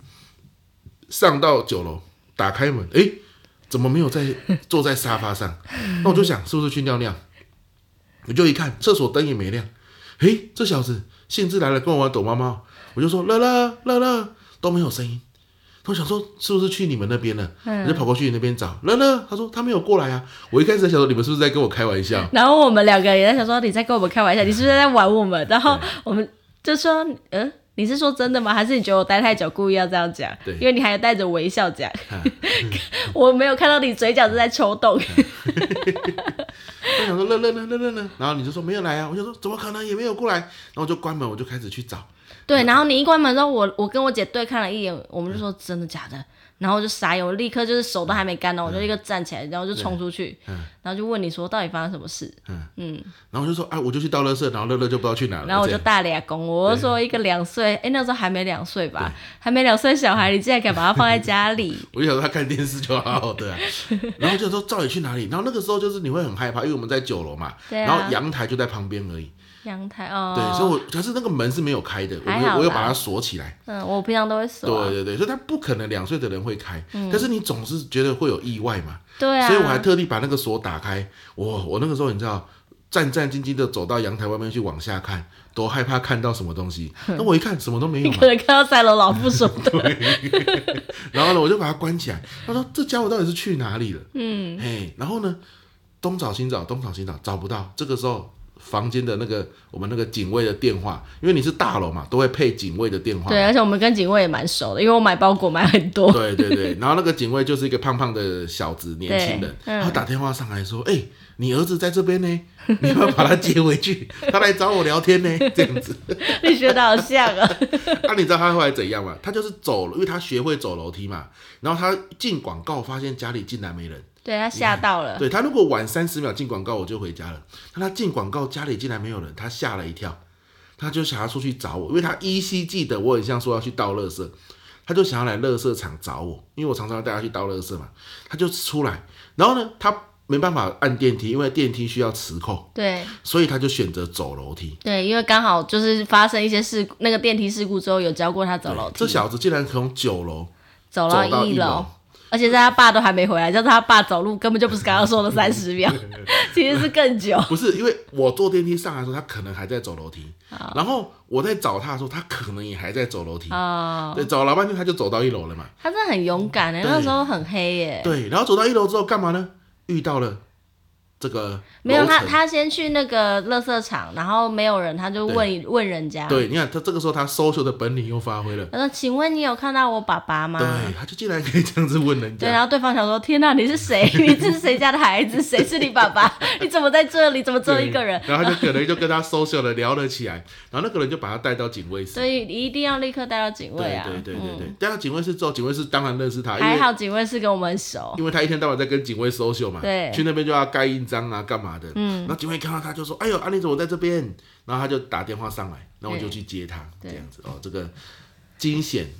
Speaker 1: 上到九楼，打开门，诶，怎么没有在坐在沙发上？那我就想是不是去尿尿？我就一看厕所灯也没亮，诶，这小子兴致来了，跟我玩躲猫猫。我就说乐乐乐乐都没有声音，我想说是不是去你们那边了？
Speaker 2: 嗯
Speaker 1: 我就跑过去那边找乐乐，他说他没有过来啊。我一开始在想说你们是不是在跟我开玩笑？
Speaker 2: 然后我们两个也在想说，你在跟我们开玩笑，你是不是在玩我们？然后我们就说，呃，你是说真的吗？还是你觉得我待太久，故意要这样讲？
Speaker 1: 对
Speaker 2: 因为你还带着微笑讲，我没有看到你嘴角是在抽动。
Speaker 1: 我想说乐乐呢乐乐呢，然后你就说没有来啊。我就说怎么可能也没有过来，然后我就关门，我就开始去找。
Speaker 2: 对，然后你一关门之后，我我跟我姐对看了一眼，我们就说真的假的，然后我就傻眼，我立刻就是手都还没干呢，我就立刻站起来，然后就冲出去，然后就问你说到底发生什么事，
Speaker 1: 然后我就说啊，我就去倒垃圾，然后乐乐就不知道去哪了。
Speaker 2: 然后我
Speaker 1: 这
Speaker 2: 就
Speaker 1: 样
Speaker 2: 大脸公，我就说一个两岁，哎、那时候还没两岁吧，还没两岁小孩，你竟然敢把他放在家
Speaker 1: <laughs>
Speaker 2: 里，
Speaker 1: 我就想说他看电视就好好的、啊，然后就说到底去哪里？然后那个时候就是你会很害怕，因为我们在九楼嘛，
Speaker 2: 对啊
Speaker 1: 然后阳台就在旁边而已。
Speaker 2: 阳台哦，
Speaker 1: 对，所以我可是那个门是没有开的，我
Speaker 2: 还
Speaker 1: 没有
Speaker 2: 好
Speaker 1: 我有
Speaker 2: 啦
Speaker 1: 把它锁起来。
Speaker 2: 嗯，我平常都会锁啊、
Speaker 1: 对对对，所以他不可能两岁的人会开，但是你总是觉得会有意外嘛，
Speaker 2: 嗯对啊，
Speaker 1: 所以我还
Speaker 2: <laughs>
Speaker 1: 特地把那个锁打开。我我那个时候你知道，战战兢兢的走到阳台外面去往下看，多害怕看到什么东
Speaker 2: <laughs>
Speaker 1: 西。那我一看什么都没有
Speaker 2: 你
Speaker 1: 嘛
Speaker 2: 可，能看到三楼老妇什
Speaker 1: <laughs>
Speaker 2: 么的，
Speaker 1: 然后呢我就把它关起来。他说这家伙到底是去哪里了？嗯，嘿，然后呢东找西找东找西找找不到，这个时候。房间的那个我们那个警卫的电话，因为你是大楼嘛，都会配警卫的电话嘛。
Speaker 2: 对，而且啊我们跟警卫也蛮熟的，因为我买包裹买很多，
Speaker 1: 对对对，然后那个警卫就是一个胖胖的小子，年轻人，
Speaker 2: 对嗯
Speaker 1: 他打电话上来说：“哎、你儿子在这边呢， <laughs> 你要不要把他接回去？他来找我聊天呢。”这样子，
Speaker 2: <laughs> 你学的好像啊， <laughs>
Speaker 1: 那、你知道他后来怎样吗？他就是走了，因为他学会走楼梯嘛。然后他进广告，发现家里竟然没人。
Speaker 2: 对他吓到 <laughs> 了，
Speaker 1: 对他如果晚三十秒进广告，我就回家了。但他进广告，家里竟然没有人，他吓了一跳，他就想要出去找我，因为他依稀记得我很像说要去倒垃圾，他就想要来垃圾场找我，因为我常常带他去倒垃圾嘛。他就出来，然后呢，他没办法按电梯，因为电梯需要磁扣，
Speaker 2: 对
Speaker 1: 所以他就选择走楼梯。
Speaker 2: 对，因为刚好就是发生一些事故，那个电梯事故之后有教过他走楼梯，
Speaker 1: 这小子竟然从九楼
Speaker 2: 走
Speaker 1: 走到
Speaker 2: 哦一
Speaker 1: 一
Speaker 2: 楼
Speaker 1: 楼。
Speaker 2: 而且在他爸都还没回来，就是他爸走路根本就不是刚刚说的三十
Speaker 1: <laughs>
Speaker 2: 秒，其实是更久。
Speaker 1: 不是因为我坐电梯上来的时候，他可能还在走楼梯，然后我在找他的时候，他可能也还在走楼梯。
Speaker 2: 哦，
Speaker 1: 对，找老半天他就走到一楼了嘛。
Speaker 2: 他真的很勇敢哎，
Speaker 1: 对
Speaker 2: 那时候很黑耶。
Speaker 1: 对，然后走到一楼之后干嘛呢？遇到了这个
Speaker 2: 没有
Speaker 1: 楼
Speaker 2: 他，
Speaker 1: 层
Speaker 2: 他先去那个垃圾场，然后没有人，他就问问人家，
Speaker 1: 对，你看他这个时候他 social 的本领又发挥了，
Speaker 2: 他说：“请问你有看到我爸爸吗？”
Speaker 1: 对，他就竟然可以这样子问人
Speaker 2: 对，
Speaker 1: 家，
Speaker 2: 然后对方想说：“天哪、你是
Speaker 1: <laughs>
Speaker 2: 谁？你是谁家的孩子？谁是你爸爸？你怎么在这里？怎么只有
Speaker 1: 对
Speaker 2: 一个人
Speaker 1: 然后他就可能就跟他 social 的聊了起来，然后那个人就把他带到警卫？”室，
Speaker 2: 所以你一定要立刻带到警卫
Speaker 1: 对
Speaker 2: 啊！
Speaker 1: 对对对对，带到警卫室之后，警卫室当然认识他，因
Speaker 2: 还
Speaker 1: 为
Speaker 2: 好警卫是跟我们很熟，
Speaker 1: 因为他一天到晚在跟警卫 social 嘛，
Speaker 2: 对
Speaker 1: 去那边就要盖印章啊，干嘛的，嗯，然后警卫看到他就说，哎呦，啊你怎么在这边？然后他就打电话上来，然后我就去接他，这
Speaker 2: 对
Speaker 1: 样子哦，这个惊
Speaker 2: <laughs>
Speaker 1: 险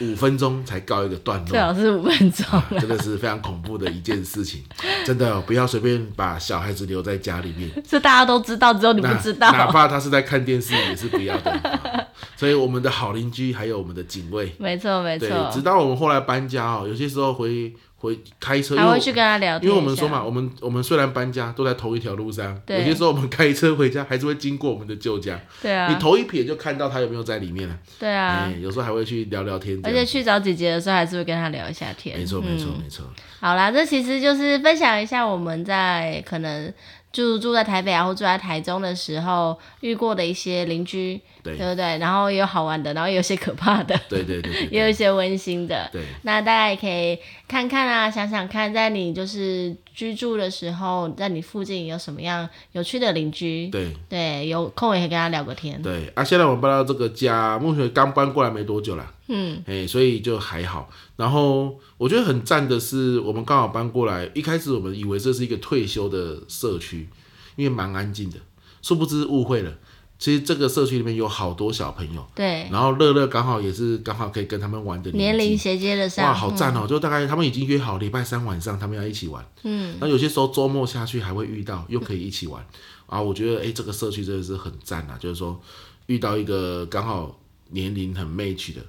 Speaker 1: 五分钟才告一个段
Speaker 2: 最
Speaker 1: 落。啊
Speaker 2: 好是五分钟。 <laughs>
Speaker 1: 真的是非常恐怖的一件事情，真的、哦不要随便把小孩子留在家里
Speaker 2: <laughs>
Speaker 1: 面。
Speaker 2: 这大家都知道，只有你不
Speaker 1: 那
Speaker 2: 知道。
Speaker 1: 哪怕他是在看电视，也是不要的。啊所以我们的好邻居，还有我们的警卫，
Speaker 2: 没错，没
Speaker 1: 对
Speaker 2: 错，，
Speaker 1: 直到我们后来搬家哦，有些时候回回开车，因
Speaker 2: 还
Speaker 1: 为
Speaker 2: 会
Speaker 1: 我
Speaker 2: 去跟他聊
Speaker 1: 因
Speaker 2: 天一下。
Speaker 1: 为我们说嘛，我们我们虽然搬家都在同一条路上，有
Speaker 2: 对
Speaker 1: 些时候我们开车回家还是会经过我们的旧家，
Speaker 2: 对
Speaker 1: 你
Speaker 2: 啊，
Speaker 1: 头一瞥就看到他有没有在里面了。
Speaker 2: 对
Speaker 1: 哎、
Speaker 2: 啊，
Speaker 1: 有时候还会去聊聊天这
Speaker 2: 而
Speaker 1: 样，
Speaker 2: 且去找姐姐的时候还是会跟她聊一下天。嗯
Speaker 1: 没错没错没错，
Speaker 2: 好啦，这其实就是分享一下我们在可能住住在台北啊，或住在台中的时候遇过的一些邻居，
Speaker 1: 对
Speaker 2: 对不对？然后也有好玩的，然后也有些可怕的，
Speaker 1: 对对 <laughs> 对对
Speaker 2: 也 <laughs> 有一些温馨的。
Speaker 1: 对
Speaker 2: 那大家也可以看看啊，想想看，在你就是居住的时候，在你附近有什么样有趣的邻居？
Speaker 1: 对
Speaker 2: 对，有空也可以跟他聊个天。
Speaker 1: 对啊！现在我们搬到这个家，目前刚搬过来没多久啦，
Speaker 2: 嗯，
Speaker 1: 哎、所以就还好。然后我觉得很赞的是，我们刚好搬过来，一开始我们以为这是一个退休的社区，因为蛮安静的，殊不知误会了。其实这个社区里面有好多小朋友，
Speaker 2: 对，
Speaker 1: 然后乐乐刚好也是刚好可以跟他们玩的
Speaker 2: 年龄
Speaker 1: 龄
Speaker 2: 衔接的上，
Speaker 1: 哇，好赞哦、就大概他们已经约好礼拜三晚上他们要一起玩，嗯，那有些时候周末下去还会遇到，又可以一起玩啊。我觉得哎、这个社区真的是很赞啊，就是说遇到一个刚好年龄很 match 的，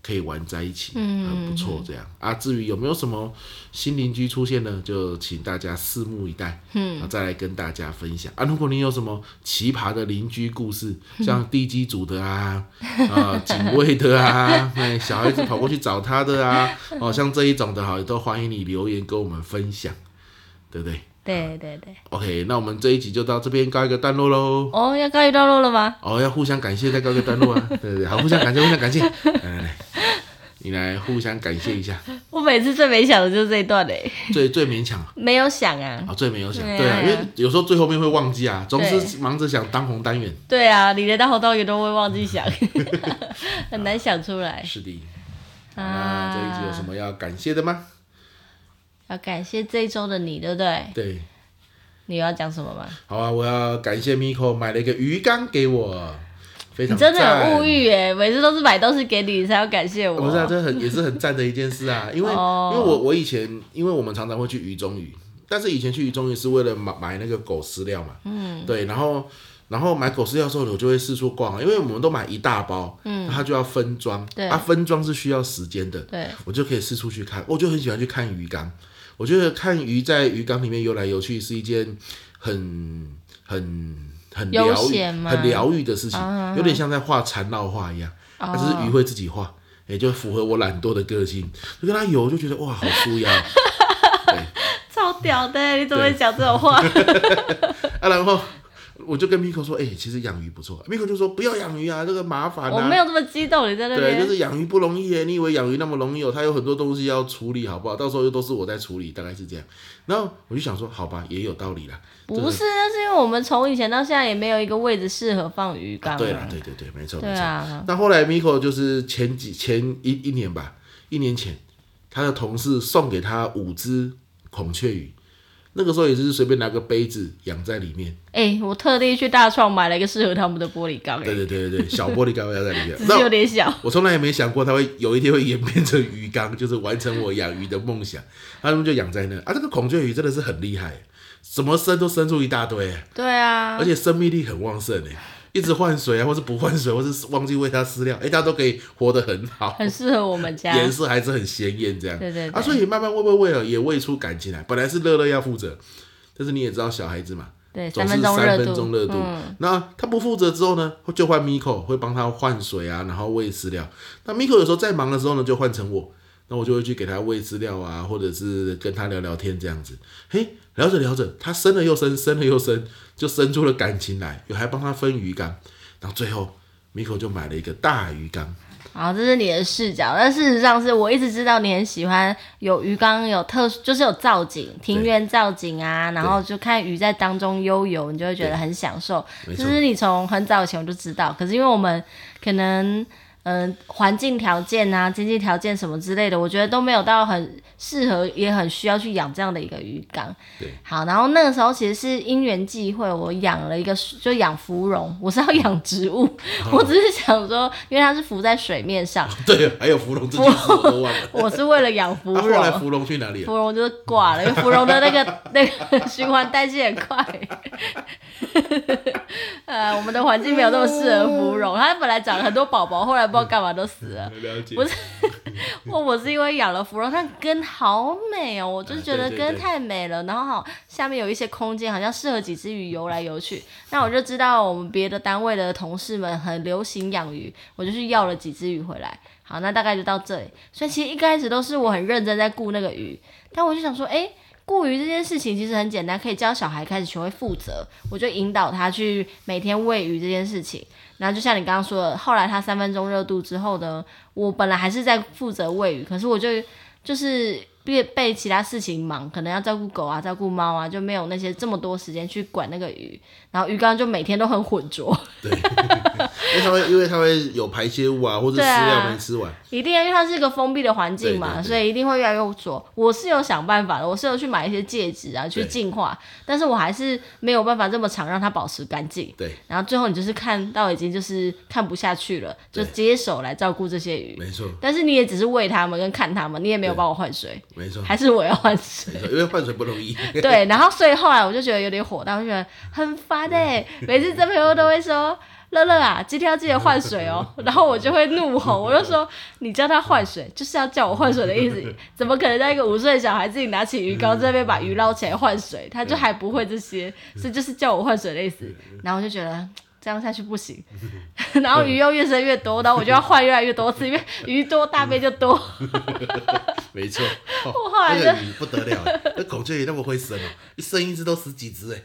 Speaker 1: 可以玩在一起，嗯，很不错这样啊。至于有没有什么新邻居出现呢，就请大家拭目以待，嗯，然后再来跟大家分享啊。如果你有什么奇葩的邻居故事，像地基组的啊，啊、警卫的啊， <laughs> 哎，小孩子跑过去找他的啊，哦，像这一种的哈，也都欢迎你留言跟我们分享，对不对
Speaker 2: 对对对。
Speaker 1: ？OK，那我们这一集就到这边告一个段落喽。
Speaker 2: 哦，要告一段落了吗？
Speaker 1: 哦，要互相感谢再告一个段落啊， <laughs> 对对对，好，互相感谢，互相感谢，来来来，你来互相感谢一下，
Speaker 2: 我每次最没想的就是这一段欸嘞，
Speaker 1: 最最勉强。
Speaker 2: 没有想啊。
Speaker 1: 啊，最没有想，
Speaker 2: 对啊
Speaker 1: 对啊，因为有时候最后面会忘记啊，总
Speaker 2: 对
Speaker 1: 是忙着想当红单元。
Speaker 2: 对啊，你连大红道也都会忘记 <laughs> 想，很难想出来
Speaker 1: 是的，那
Speaker 2: 啊。
Speaker 1: 这一集有什么要感谢的吗？
Speaker 2: 要感谢这一周的你，对不对？
Speaker 1: 对，
Speaker 2: 你有要讲什么吗？
Speaker 1: 好啊，我要感谢 Miko 买了一个鱼缸给我，非
Speaker 2: 你
Speaker 1: 常
Speaker 2: 真的很
Speaker 1: 赞
Speaker 2: 物。欲耶，每次都是买东西给你，你才要感谢我。
Speaker 1: 不是啊，这很也是很赞的一件事
Speaker 2: <laughs>
Speaker 1: 啊，因为、
Speaker 2: 哦
Speaker 1: 因为我我以前因为我们常常会去鱼中鱼，但是以前去鱼中鱼是为了买买那个狗饲料嘛，嗯，对，然后然后买狗饲料的时候，我就会四处逛啊，因为我们都买一大包，嗯，它就要分装，
Speaker 2: 对
Speaker 1: 啊，分装是需要时间的，
Speaker 2: 对，
Speaker 1: 我就可以四处去看，我就很喜欢去看鱼缸。我觉得看鱼在鱼缸里面游来游去是一件很很很
Speaker 2: 悠
Speaker 1: 疗愈、
Speaker 2: 闲吗嗯
Speaker 1: 很疗愈的事情，有点像在画缠绕画一样，但是鱼会自己画，也就符合我懒惰的个性。就跟它游，就觉得哇，好舒压
Speaker 2: 超屌的，欸你怎么会讲这种话？
Speaker 1: 啊。然后我就跟 Miko 说，哎、其实养鱼不错。Miko 就说不要养鱼啊，这个麻烦
Speaker 2: <laughs> 我没
Speaker 1: 啊。
Speaker 2: 有这么激动，你在那
Speaker 1: 对，
Speaker 2: 边。
Speaker 1: 就是养鱼不容易耶，你以为养鱼那么容易哦？它有很多东西要处理，好不好？到时候又都是我在处理，大概是这样。然后我就想说，好吧，也有道理啦。
Speaker 2: 不是，那是因为我们从以前到现在也没有一个位置适合放鱼缸、啊
Speaker 1: 对啦，对对对，没错
Speaker 2: 对
Speaker 1: 没错。
Speaker 2: 啊，
Speaker 1: 那后来 Miko 就是前几前一一年吧，一年前，他的同事送给他五只孔雀鱼，那个时候也就是随便拿个杯子养在里面。
Speaker 2: 哎、我特地去大创买了一个适合他们的玻璃缸、
Speaker 1: 对
Speaker 2: 哎，
Speaker 1: 对对对对，小玻璃缸要在里面
Speaker 2: <laughs> 只。是有
Speaker 1: 那
Speaker 2: 点小。
Speaker 1: 我从来也没想过它会有一天会演变成鱼缸，就是完成我养鱼的梦想。他们就养在那啊，这个孔雀鱼真的是很厉害，怎么生都生出一大堆、
Speaker 2: 对啊
Speaker 1: 而，且生命力很旺盛诶、一直换水啊，或是不换水，或是忘记喂它饲料，诶、它都可以活得很好，
Speaker 2: 很适合我们家。
Speaker 1: 颜色还是很鲜艳这样。
Speaker 2: 啊对对对
Speaker 1: 啊，所以慢慢喂喂喂了，也喂出感情来。本来是乐乐要负责，但是你也知道小孩子嘛，
Speaker 2: 对，
Speaker 1: 总
Speaker 2: 三
Speaker 1: 是
Speaker 2: 钟
Speaker 1: 三
Speaker 2: 热嗯
Speaker 1: 分钟热度。那他不负责之后呢，就换 Miko 会帮他换水啊，然后喂饲料。那 Miko 有时候在忙的时候呢，就换成我，那我就会去给他喂饲料啊，或者是跟他聊聊天这样子。嘿，聊着聊着，他生了又生，生了又生，就生出了感情来，有还帮他分鱼缸，然后最后 Miko 就买了一个大鱼缸。 <laughs>
Speaker 2: 好，这是你的视角，但事实上是我一直知道你很喜欢有鱼缸，有特殊就是有造景，庭院造景啊，然后就看鱼在当中悠游，你就会觉得很享受。
Speaker 1: 没
Speaker 2: 这
Speaker 1: 错
Speaker 2: 是你从很早以前我就知道，可是因为我们可能。嗯，环境条件啊，经济条件什么之类的，我觉得都没有到很适合，也很需要去养这样的一个鱼缸。
Speaker 1: 对，
Speaker 2: 好，然后那个时候其实是因缘际会，我养了一个就养芙蓉，我是要养植物，
Speaker 1: 嗯
Speaker 2: 我只是想说，因为它是浮在水
Speaker 1: <laughs>
Speaker 2: 面上，
Speaker 1: 对，还有芙蓉这件事我都忘
Speaker 2: <laughs>
Speaker 1: 了。
Speaker 2: 我是为了养芙
Speaker 1: 那、啊后来
Speaker 2: 蓉，
Speaker 1: 芙蓉去哪里了？
Speaker 2: 芙蓉就是挂了，因为芙蓉的那个 <laughs> 那个循环代谢很快。 <laughs> 呃，我们的环境没有那么适合芙蓉，它本来长了很多宝宝，后来不知道干嘛都死了。
Speaker 1: 了解，
Speaker 2: 不是 <laughs> 我我是因为养了芙蓉，但根好美哦，我就
Speaker 1: 哎
Speaker 2: 觉得
Speaker 1: 对对
Speaker 2: 根
Speaker 1: 对
Speaker 2: 太美了。然后好，下面有一些空间，好像适合几只鱼游来
Speaker 1: <laughs>
Speaker 2: 游去。那我就知道我们别的单位的同事们很流行养鱼，我就去要了几只鱼回来。好，那大概就到这里。所以其实一开始都是我很认真在顾那个鱼，但我就想说，哎、顾鱼这件事情其实很简单，可以教小孩开始学会负责。我就引导他去每天喂鱼这件事情。然后就像你刚刚说的，后来他三分钟热度之后呢，我本来还是在负责喂鱼，可是我就就是被被其他事情忙，可能要照顾狗啊、照顾猫啊，就没有那些这么多时间去管那个鱼。然后鱼缸就每天都很浑浊， <laughs>
Speaker 1: 因为它会，因为它会有排泄物啊，或者
Speaker 2: 对啊
Speaker 1: 饲料没吃完，
Speaker 2: 一定要，因为它是一个封闭的环境嘛，
Speaker 1: 对对对
Speaker 2: 所以一定会越来越浊。我是有想办法的，我是有去买一些介质啊，去
Speaker 1: 对
Speaker 2: 净化，但是我还是没有办法这么长让它保持干净。
Speaker 1: 对，
Speaker 2: 然后最后你就是看到已经就是看不下去了，就
Speaker 1: 对
Speaker 2: 接手来照顾这些鱼。
Speaker 1: 没错，
Speaker 2: 但是你也只是喂它们跟看它们，你也没有帮我换水，
Speaker 1: 没错，
Speaker 2: 还是我要
Speaker 1: <laughs>
Speaker 2: 换水。
Speaker 1: 没错，因为换水不容易。 <laughs>
Speaker 2: 对，然后所以后来我就觉得有点火大，我就觉得很烦哎、每次这朋友都会说。乐乐啊，今天要记得换水哦。然后我就会怒吼，我就说：“你叫他换水，就是要叫我换水的意思。怎么可能让一个五岁的小孩自己拿起鱼缸这边把鱼捞起来换水？他就还不会这些，所以就是叫我换水的意思。”然后我就觉得这样下去不行，然后鱼又越生越多，然后我就要换越来越多次，因为鱼多大便就多。
Speaker 1: 没
Speaker 2: <laughs>
Speaker 1: 错，哦
Speaker 2: 我后来
Speaker 1: 那个鱼不得了，那孔雀鱼那么会生哦，一生一只都十几只哎。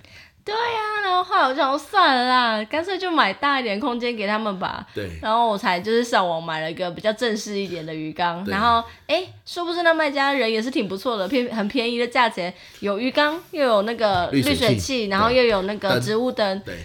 Speaker 2: 对呀、然后后来我就想说算了啦，干脆就买大一点空间给他们吧。 <laughs>
Speaker 1: 对
Speaker 2: 然后我才就是上网买了一个比较正式一点的鱼缸，
Speaker 1: 对
Speaker 2: 然后哎，说不定那卖家人也是挺不错的，便很便宜的价钱，有鱼缸又有那个
Speaker 1: 滤
Speaker 2: 滤
Speaker 1: 水器
Speaker 2: 水器，然后
Speaker 1: 对啊
Speaker 2: 又有那个
Speaker 1: 灯
Speaker 2: 植物灯，啊
Speaker 1: 对，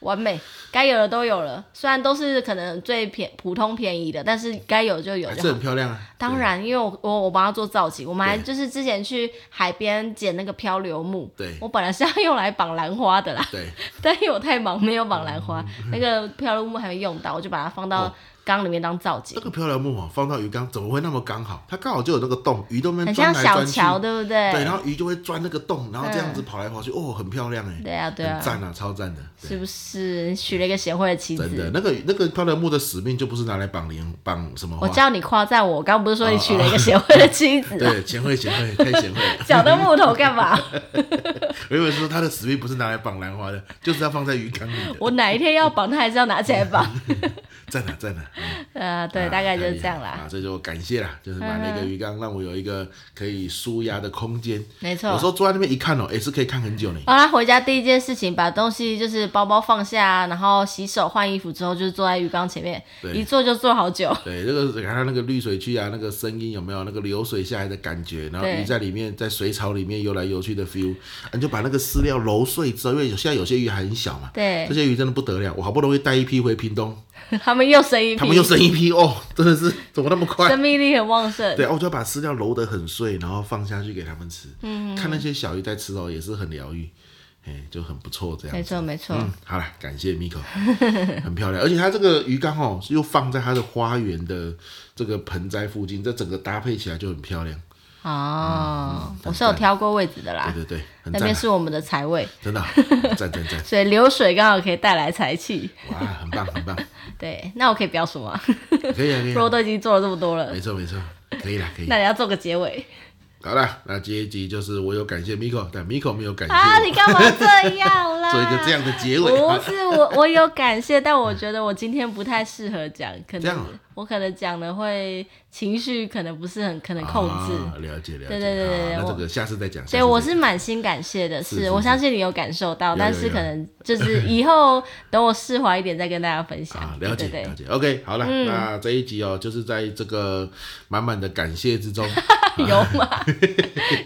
Speaker 2: 完美，该有的都有了。虽然都是可能最便普通便宜的，但是该有就有
Speaker 1: 还
Speaker 2: 就是好
Speaker 1: 很。漂亮啊。
Speaker 2: 当然，因为我我我帮他做造型，我们还
Speaker 1: 对
Speaker 2: 就是之前去海边捡那个漂流木，
Speaker 1: 对
Speaker 2: 我本来是要用来绑兰花的啦，
Speaker 1: 对，
Speaker 2: 但因为我太忙，没有绑兰花，那个漂流木还没用到，我就把它放
Speaker 1: 嗯
Speaker 2: 到
Speaker 1: 哦
Speaker 2: 缸里面当造景
Speaker 1: 这，个漂流木哦，放到鱼缸怎么会那么刚好？它刚好就有那个洞，鱼都没
Speaker 2: 很
Speaker 1: 钻
Speaker 2: 像
Speaker 1: 来
Speaker 2: 小
Speaker 1: 钻去。
Speaker 2: 桥，对不对？
Speaker 1: 对，然后鱼就会钻那个洞，然后这样子跑来跑去，哦，很漂亮哎，
Speaker 2: 对啊，对
Speaker 1: 很
Speaker 2: 啊，
Speaker 1: 赞啊，超赞的。对
Speaker 2: 是不是你娶了一个贤惠的妻
Speaker 1: 真的，
Speaker 2: 子？
Speaker 1: 那个那个漂流木的使命就不是拿来绑莲绑什么花，
Speaker 2: 我
Speaker 1: 哦
Speaker 2: 叫你夸赞我，我刚不是说你娶了一个贤惠的
Speaker 1: <laughs>
Speaker 2: 妻子啊？
Speaker 1: 对，贤惠贤惠，太贤惠
Speaker 2: <laughs>
Speaker 1: 了。
Speaker 2: 讲到木头干嘛？
Speaker 1: 我以为说它的使命不是拿来绑兰花的，就是要放在鱼缸里的。
Speaker 2: 我哪一天要绑，他还是要拿起来绑。 <laughs>
Speaker 1: 赞啊赞啊！嗯
Speaker 2: 呃， <laughs> 对，
Speaker 1: 啊
Speaker 2: 大概就是
Speaker 1: 太
Speaker 2: 这样
Speaker 1: 厉害
Speaker 2: 啦。嗯
Speaker 1: 啊，这就感谢啦，就是买了一个鱼缸，让我有一个可以舒压的空间。
Speaker 2: 没错
Speaker 1: 有时候坐在那边一看哦，也是可以看很久呢。
Speaker 2: 好啦，回家第一件事情，把东西就是包包放下啊，然后洗手换衣服之后，就是坐在鱼缸前面，
Speaker 1: 对
Speaker 2: 一坐就坐好久。 <laughs>
Speaker 1: 对，这个看它那个滤水器啊，那个声音有没有？那个流水下来的感觉，然后
Speaker 2: 对
Speaker 1: 鱼在里面在水草里面游来游去的 feel，啊你就把那个饲料揉碎之后，因为有现在有些鱼还很小嘛，
Speaker 2: 对
Speaker 1: 这，些鱼真的不得了。我好不容易带一批回屏
Speaker 2: <laughs>
Speaker 1: 东，
Speaker 2: 他们又生一批，
Speaker 1: 他们又生一批哦，真的是怎么那么快？
Speaker 2: 生命力很旺盛。
Speaker 1: 对，我就把饲料揉得很碎，然后放下去给他们吃。嗯，看那些小鱼在吃哦，也是很疗愈，哎，就很不错这样
Speaker 2: 没
Speaker 1: 子。
Speaker 2: 错，没错。
Speaker 1: 嗯，好了，感谢 Miko，很 <laughs> 漂亮，而且它这个鱼缸哦，是又放在它的花园的这个盆栽附近，这整个搭配起来就很漂亮。
Speaker 2: 哦，
Speaker 1: 嗯
Speaker 2: 我是有挑过位置的啦，
Speaker 1: 对对对，很
Speaker 2: 那
Speaker 1: 赞、
Speaker 2: 边
Speaker 1: 啊，
Speaker 2: 是我们的财位，
Speaker 1: 真的啊、 <laughs> 赞赞赞，
Speaker 2: 所以流水刚好可以带来财气。
Speaker 1: 哇，很棒很棒，
Speaker 2: 对，那我可以不要说吗？
Speaker 1: 可以啊
Speaker 2: <laughs>
Speaker 1: 可以
Speaker 2: 不过
Speaker 1: 啊，
Speaker 2: 都已经做了这么多了
Speaker 1: 没，错没错，可以啦可以。
Speaker 2: 那你要做个结尾
Speaker 1: 好啦，那这一集就是我有感谢 Miko，但 Miko 没有感谢我，
Speaker 2: 啊？你哦干嘛这样
Speaker 1: <laughs>
Speaker 2: 啦？
Speaker 1: 做一个这样的结尾。好
Speaker 2: 不是我，我有感谢，但我觉得我今天不太适合讲，可
Speaker 1: 这样啊
Speaker 2: 能我可能讲的会情绪可能不是很可能控制，
Speaker 1: 啊、了解了解，
Speaker 2: 对对对对
Speaker 1: 啊那
Speaker 2: 我
Speaker 1: 这个下次再讲。下
Speaker 2: 所以
Speaker 1: 次
Speaker 2: 我
Speaker 1: 再
Speaker 2: 是满心感谢的，是
Speaker 1: 是
Speaker 2: 我
Speaker 1: 是
Speaker 2: 相信你有感受到，
Speaker 1: 有
Speaker 2: 但
Speaker 1: 有
Speaker 2: 是
Speaker 1: 有
Speaker 2: 可能就是以后等我释怀一点再跟大家分享，
Speaker 1: 啊，了解
Speaker 2: 对对嗯
Speaker 1: 了
Speaker 2: 对。
Speaker 1: 解，OK，好了，那这一集哦，就是在这个满满的感谢之中，啊
Speaker 2: <laughs> 有吗？
Speaker 1: <laughs>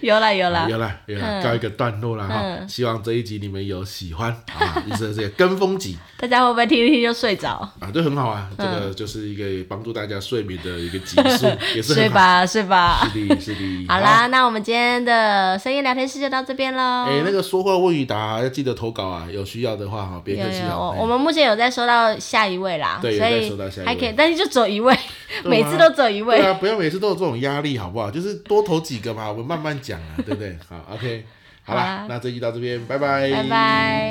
Speaker 2: 有啦有啦
Speaker 1: 有，啦有啦，告一个段落啦哈。
Speaker 2: 嗯
Speaker 1: 希望这一集你们有喜欢啊，就是这个跟风集
Speaker 2: 大家会不会听一听就睡着？
Speaker 1: 啊，这很好啊，这
Speaker 2: 嗯
Speaker 1: 个就是一个帮助大家睡眠的一个集
Speaker 2: <laughs>
Speaker 1: 数，也是
Speaker 2: 睡
Speaker 1: 很好。
Speaker 2: 吧睡吧。
Speaker 1: 是的，是的。
Speaker 2: 好啦，，那我们今天的深夜聊天室就到这边喽。
Speaker 1: 哎，那个说话问与答要记得投稿啊，有需要的话哈，别
Speaker 2: 有
Speaker 1: 客气
Speaker 2: 有，
Speaker 1: 啊。
Speaker 2: 我
Speaker 1: 哎
Speaker 2: 我们目前有在收到下一位啦，所
Speaker 1: 对有在收到
Speaker 2: 以
Speaker 1: 下一位
Speaker 2: 还可以，但是就只有一位，
Speaker 1: 对啊
Speaker 2: 每
Speaker 1: 吗
Speaker 2: 次都只有一
Speaker 1: 对
Speaker 2: 位。
Speaker 1: 啊，不要每次都有这种压力，好不好？就是多投几个嘛，我们慢慢讲啊，对不对？好，OK，好
Speaker 2: 好啊
Speaker 1: 啦，那这期到这边，拜拜，
Speaker 2: 拜拜。